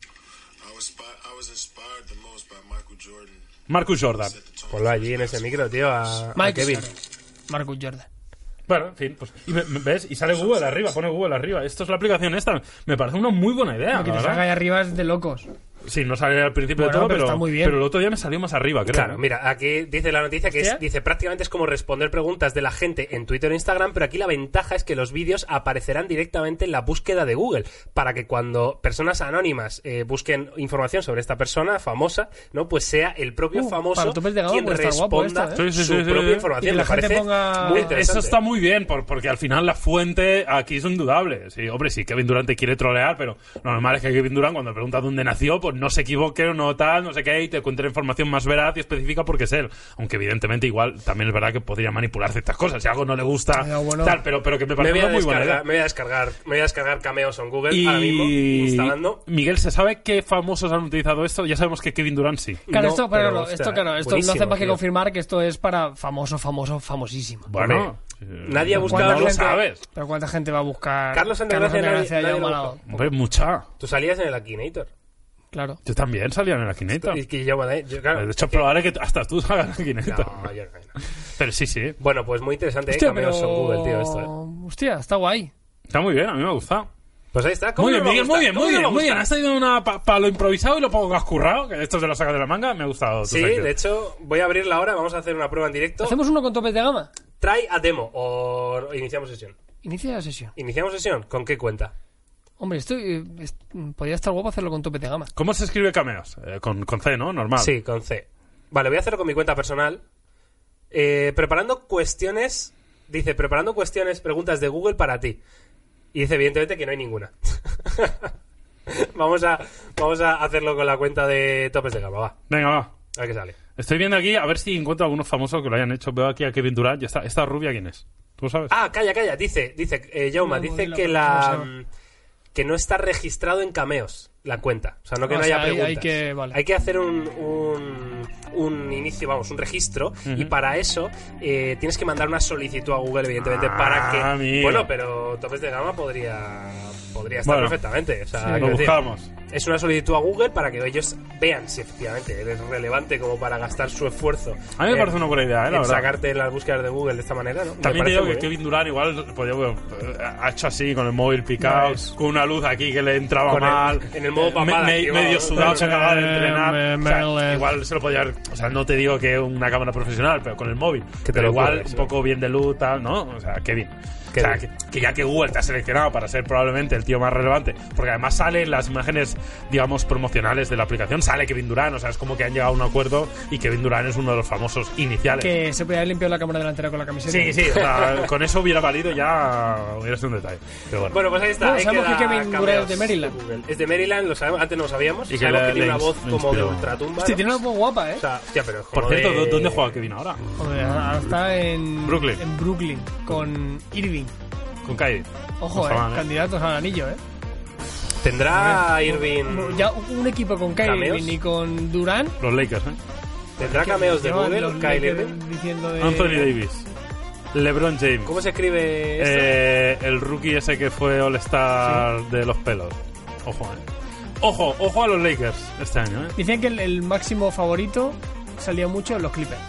S4: I was, spi- I was inspired the most by Michael Jordan.
S1: Marcus Jordan.
S4: Set the tone
S2: Ponlo allí en ese micro, tío, a, a
S3: Mike
S2: Kevin.
S3: Marcus Jordan.
S1: Bueno, en fin, pues. Y me- me- ¿Ves? Y sale Google arriba, pone Google arriba. Esto es la aplicación esta. Me parece una muy buena idea,
S3: Ah, Que
S1: la
S3: te
S1: verdad.
S3: salga ahí arriba es de locos.
S1: Sí, no sale al principio
S3: Bueno,
S1: de todo,
S3: pero
S1: pero,
S3: está muy bien.
S1: pero el otro día me salió más arriba, creo.
S2: Claro, mira, aquí dice la noticia que es-
S3: Hostia.
S2: dice prácticamente es como responder preguntas de la gente en Twitter e Instagram, pero aquí la ventaja es que los vídeos aparecerán directamente en la búsqueda de Google, para que cuando personas anónimas eh, busquen información sobre esta persona famosa, no, pues sea el propio
S3: Uh, para
S2: famoso
S3: el tope de gama
S2: quien
S3: puede estar guapo
S2: responda
S3: esta,
S1: ¿eh? Sí, sí,
S2: su
S1: sí, sí,
S2: propia
S1: sí.
S2: información.
S3: Y que la
S2: Me
S3: gente
S2: parece
S3: ponga-
S2: muy
S3: Eh,
S1: Eso
S2: interesante.
S1: está muy bien, por- porque al final la fuente aquí es indudable. Sí, hombre, sí, Kevin Durant te quiere trolear, pero lo normal es que Kevin Durant, cuando le pregunta dónde nació, pues no se equivoque o no tal, no sé qué, y te cuente la información más veraz y específica porque es él. Aunque evidentemente igual también es verdad que podría manipular ciertas cosas. Si algo no le gusta,
S3: Ya, bueno.
S1: tal, pero, pero que me
S2: Me
S1: parece
S2: voy, a
S1: una muy buena
S2: descargar,
S1: idea.
S2: me voy a descargar, me voy a descargar cameos en Google
S1: Y
S2: ahora mismo, instalando.
S1: Miguel, ¿se sabe qué famosos han utilizado esto? Ya sabemos que Kevin Durant sí.
S3: Claro,
S2: No,
S3: esto,
S2: pero,
S3: claro,
S2: hostia,
S3: esto, claro, esto no
S2: buenísimo,
S3: hace más que
S2: tío.
S3: confirmar que esto es para famoso, famoso, famosísimo.
S1: Bueno,
S2: Hombre,
S1: eh,
S2: nadie ha buscado
S1: no lo
S2: gente-
S1: sabes.
S3: Pero cuánta gente va a buscar
S2: Carlos Santa Gracia,
S3: Gracia
S2: nadie-
S3: y
S2: nadie lo
S3: Amalao?
S1: Hombre, mucha.
S2: Tú salías en el Akinator. Eh,
S3: Claro.
S1: Yo también salía en la quineta.
S2: Y que yo, eh, yo, claro,
S1: De hecho,
S2: es que-
S1: probable que hasta tú (laughs) salgas la quineta.
S2: No, yo no.
S1: Pero sí, sí.
S2: Bueno, pues muy interesante, ¿eh?
S3: Hostia,
S2: Cameos
S3: pero...
S2: en Google, tío, esto. ¿eh?
S3: Hostia, está guay.
S1: Está muy bien, a mí me ha gustado.
S2: Pues ahí está. ¿Cómo
S1: Muy bien,
S2: no me va a
S1: Miguel, muy
S2: gustar?
S1: bien,
S2: ¿Cómo
S1: muy
S2: no me va
S1: bien,
S2: a
S1: muy bien.
S2: gustar?
S1: Has traído una para lo improvisado y lo poco que has currado, que esto se lo sacas de la manga, me ha gustado. tu
S2: Sí,
S1: sección.
S2: de hecho, voy a abrirla ahora, vamos a hacer una prueba en directo.
S3: ¿Hacemos uno con topes de gama?
S2: Try a demo o iniciamos sesión.
S3: Inicia la sesión.
S2: ¿Iniciamos sesión? ¿Con qué cuenta?
S3: Hombre, esto eh, es- podría estar guapo hacerlo con topes de gama.
S1: ¿Cómo se escribe cameos? Eh, con, con C, ¿no? Normal.
S2: Sí, con C. Vale, voy a hacerlo con mi cuenta personal. Eh, preparando cuestiones, dice, preparando cuestiones, preguntas de Google para ti. Y dice, evidentemente, que no hay ninguna. (laughs) vamos, a, vamos a hacerlo con la cuenta de topes de gama, va.
S1: Venga, va.
S2: A ver qué sale.
S1: Estoy viendo aquí a ver si encuentro algunos famosos que lo hayan hecho. Veo aquí a Kevin Durant. y esta, esta rubia quién es? ¿Tú lo sabes?
S2: Ah, calla, calla. Dice, dice, eh, Jaume,
S3: No,
S2: dice
S3: modelo,
S2: que
S3: no,
S2: la
S3: no sé.
S2: mm, que no está registrado en cameos la cuenta. O sea,
S1: Ah,
S2: no que
S3: O
S2: no
S3: sea,
S2: haya
S3: hay- hay
S2: preguntas.
S3: que- vale.
S2: Hay que hacer un, un, un inicio, vamos, un registro. Y para eso eh, tienes que mandar una solicitud a Google, evidentemente,
S1: Ah,
S2: para que.
S1: amigo.
S2: Bueno, pero topes de gama podría, podría estar
S1: Bueno.
S2: perfectamente. O sea,
S3: Sí.
S2: quiero
S1: lo
S2: decir,
S1: buscamos.
S2: es una solicitud a Google para que ellos vean si efectivamente eres relevante como para gastar su esfuerzo.
S1: A mí me
S2: en-
S1: parece una buena idea, eh, la
S2: en
S1: verdad.
S2: sacarte en las búsquedas de Google de esta manera, ¿no? Me
S1: También te
S2: parece
S1: digo
S2: muy
S1: que
S2: bien.
S1: Kevin Durant igual podía, bueno, eh, ha hecho así con el móvil
S3: Ya
S1: picado,
S3: ves.
S1: con una luz aquí que le entraba
S2: Con el-
S1: mal.
S2: en el modo
S1: eh,
S2: papada,
S1: me-
S2: tío.
S1: medio sudado, se acababa de
S3: Eh,
S1: entrenar. O
S3: me-
S1: sea,
S3: me-
S1: igual se lo podía haber- O sea, no te digo que una cámara profesional, pero con el móvil.
S2: Que te
S1: pero
S2: lo
S1: igual
S2: ocurre, sí.
S1: un poco bien de luz, tal, ¿no? O sea, qué bien.
S2: Qué
S1: o sea,
S2: bien.
S1: Que, que ya que Google te ha seleccionado para ser probablemente el tío más relevante, porque además sale en las imágenes, digamos, promocionales de la aplicación, sale Kevin Durant, o sea, es como que han llegado a un acuerdo y Kevin Durant es uno de los famosos iniciales.
S3: Que se podía haber limpiado la cámara delantera con la camiseta.
S1: Sí, sí, o sea, con eso hubiera valido ya hubiera sido un detalle. Pero bueno.
S2: Bueno, pues ahí está.
S3: Bueno,
S2: ahí
S3: sabemos
S2: queda
S3: que Kevin
S2: cameos
S3: Durant es de Maryland.
S2: Google. Es de Maryland, lo sabemos, antes no lo sabíamos.
S1: Y que
S2: sabemos
S1: la-
S2: que tiene
S1: le
S2: una
S1: ins-
S2: voz
S1: le
S2: como de
S1: inspiró.
S2: ultratumba.
S3: Hostia,
S2: ¿no?
S3: tiene una voz guapa, ¿eh?
S2: O sea, hostia, pero
S1: por
S2: joder.
S1: cierto, ¿dó- ¿dónde juega Kevin ahora?
S3: Joder, ahora está en
S1: Brooklyn.
S3: en Brooklyn con Irving.
S1: Con Kyrie.
S3: Ojo,
S1: No está
S3: eh,
S1: mal, ¿eh?
S3: candidatos al anillo, ¿eh?
S2: ¿Tendrá Irving.
S3: Ya un equipo con Kyrie
S2: ¿Cameos?
S3: Irving y con Durán.
S1: Los Lakers, ¿eh?
S2: ¿Tendrá cameos de Google? ¿eh? Kyle Irving.
S3: diciendo de...
S1: Anthony Davis. LeBron James.
S2: ¿Cómo se escribe esto?
S1: Eh, el rookie ese que fue All-Star de los pelos. Ojo, ¿eh? Ojo, ojo a los Lakers este año, ¿eh?
S3: Dicen que el, el máximo favorito salía mucho en los Clippers.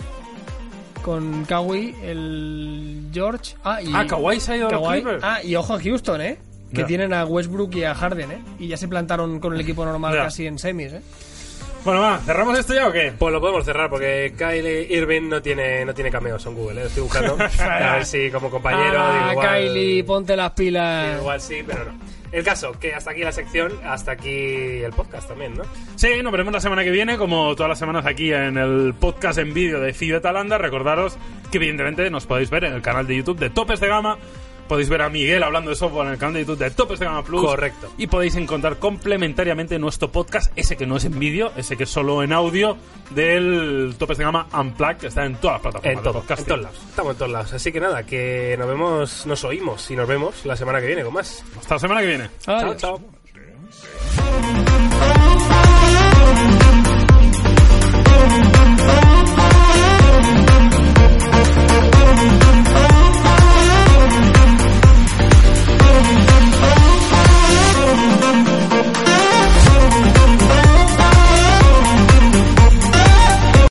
S3: Con Kawhi, el George. Ah, y.
S1: Ah, Kawhi se ha ido a los
S3: Kawhi-
S1: Clippers.
S3: Ah, y ojo a Houston, ¿eh? Que
S1: Ya.
S3: tienen a Westbrook y a Harden, ¿eh? Y ya se plantaron con el equipo normal
S1: Ya.
S3: casi en semis, ¿eh?
S1: Bueno, va, ¿cerramos esto ya o qué?
S2: Pues lo podemos cerrar porque Kyle Irving no tiene, no tiene cameos en Google. ¿eh? Estoy
S3: (laughs)
S2: buscando. a ver si como compañero.
S3: ah,
S2: digo, igual-
S3: Kylie, ponte las pilas.
S2: Igual sí, pero no. El caso, que hasta aquí la sección, hasta aquí el podcast también, ¿no?
S1: Sí, nos veremos la semana que viene, como todas las semanas aquí en el podcast en vídeo de Fibe Talanda. Recordaros que evidentemente nos podéis ver en el canal de YouTube de Topes de Gama. Podéis ver a Miguel hablando de software en el canal de YouTube de Topes de Gama Plus.
S2: Correcto.
S1: Y podéis encontrar complementariamente nuestro podcast, ese que no es en vídeo, ese que es solo en audio, del Topes de Gama Unplugged, que está en todas las plataformas
S2: En, todo,
S1: de podcast.
S2: en todos lados. Estamos en todos lados. Así que nada, que nos vemos, nos oímos y nos vemos la semana que viene con más.
S1: Hasta la semana que viene.
S3: Adiós.
S2: Chao, chao.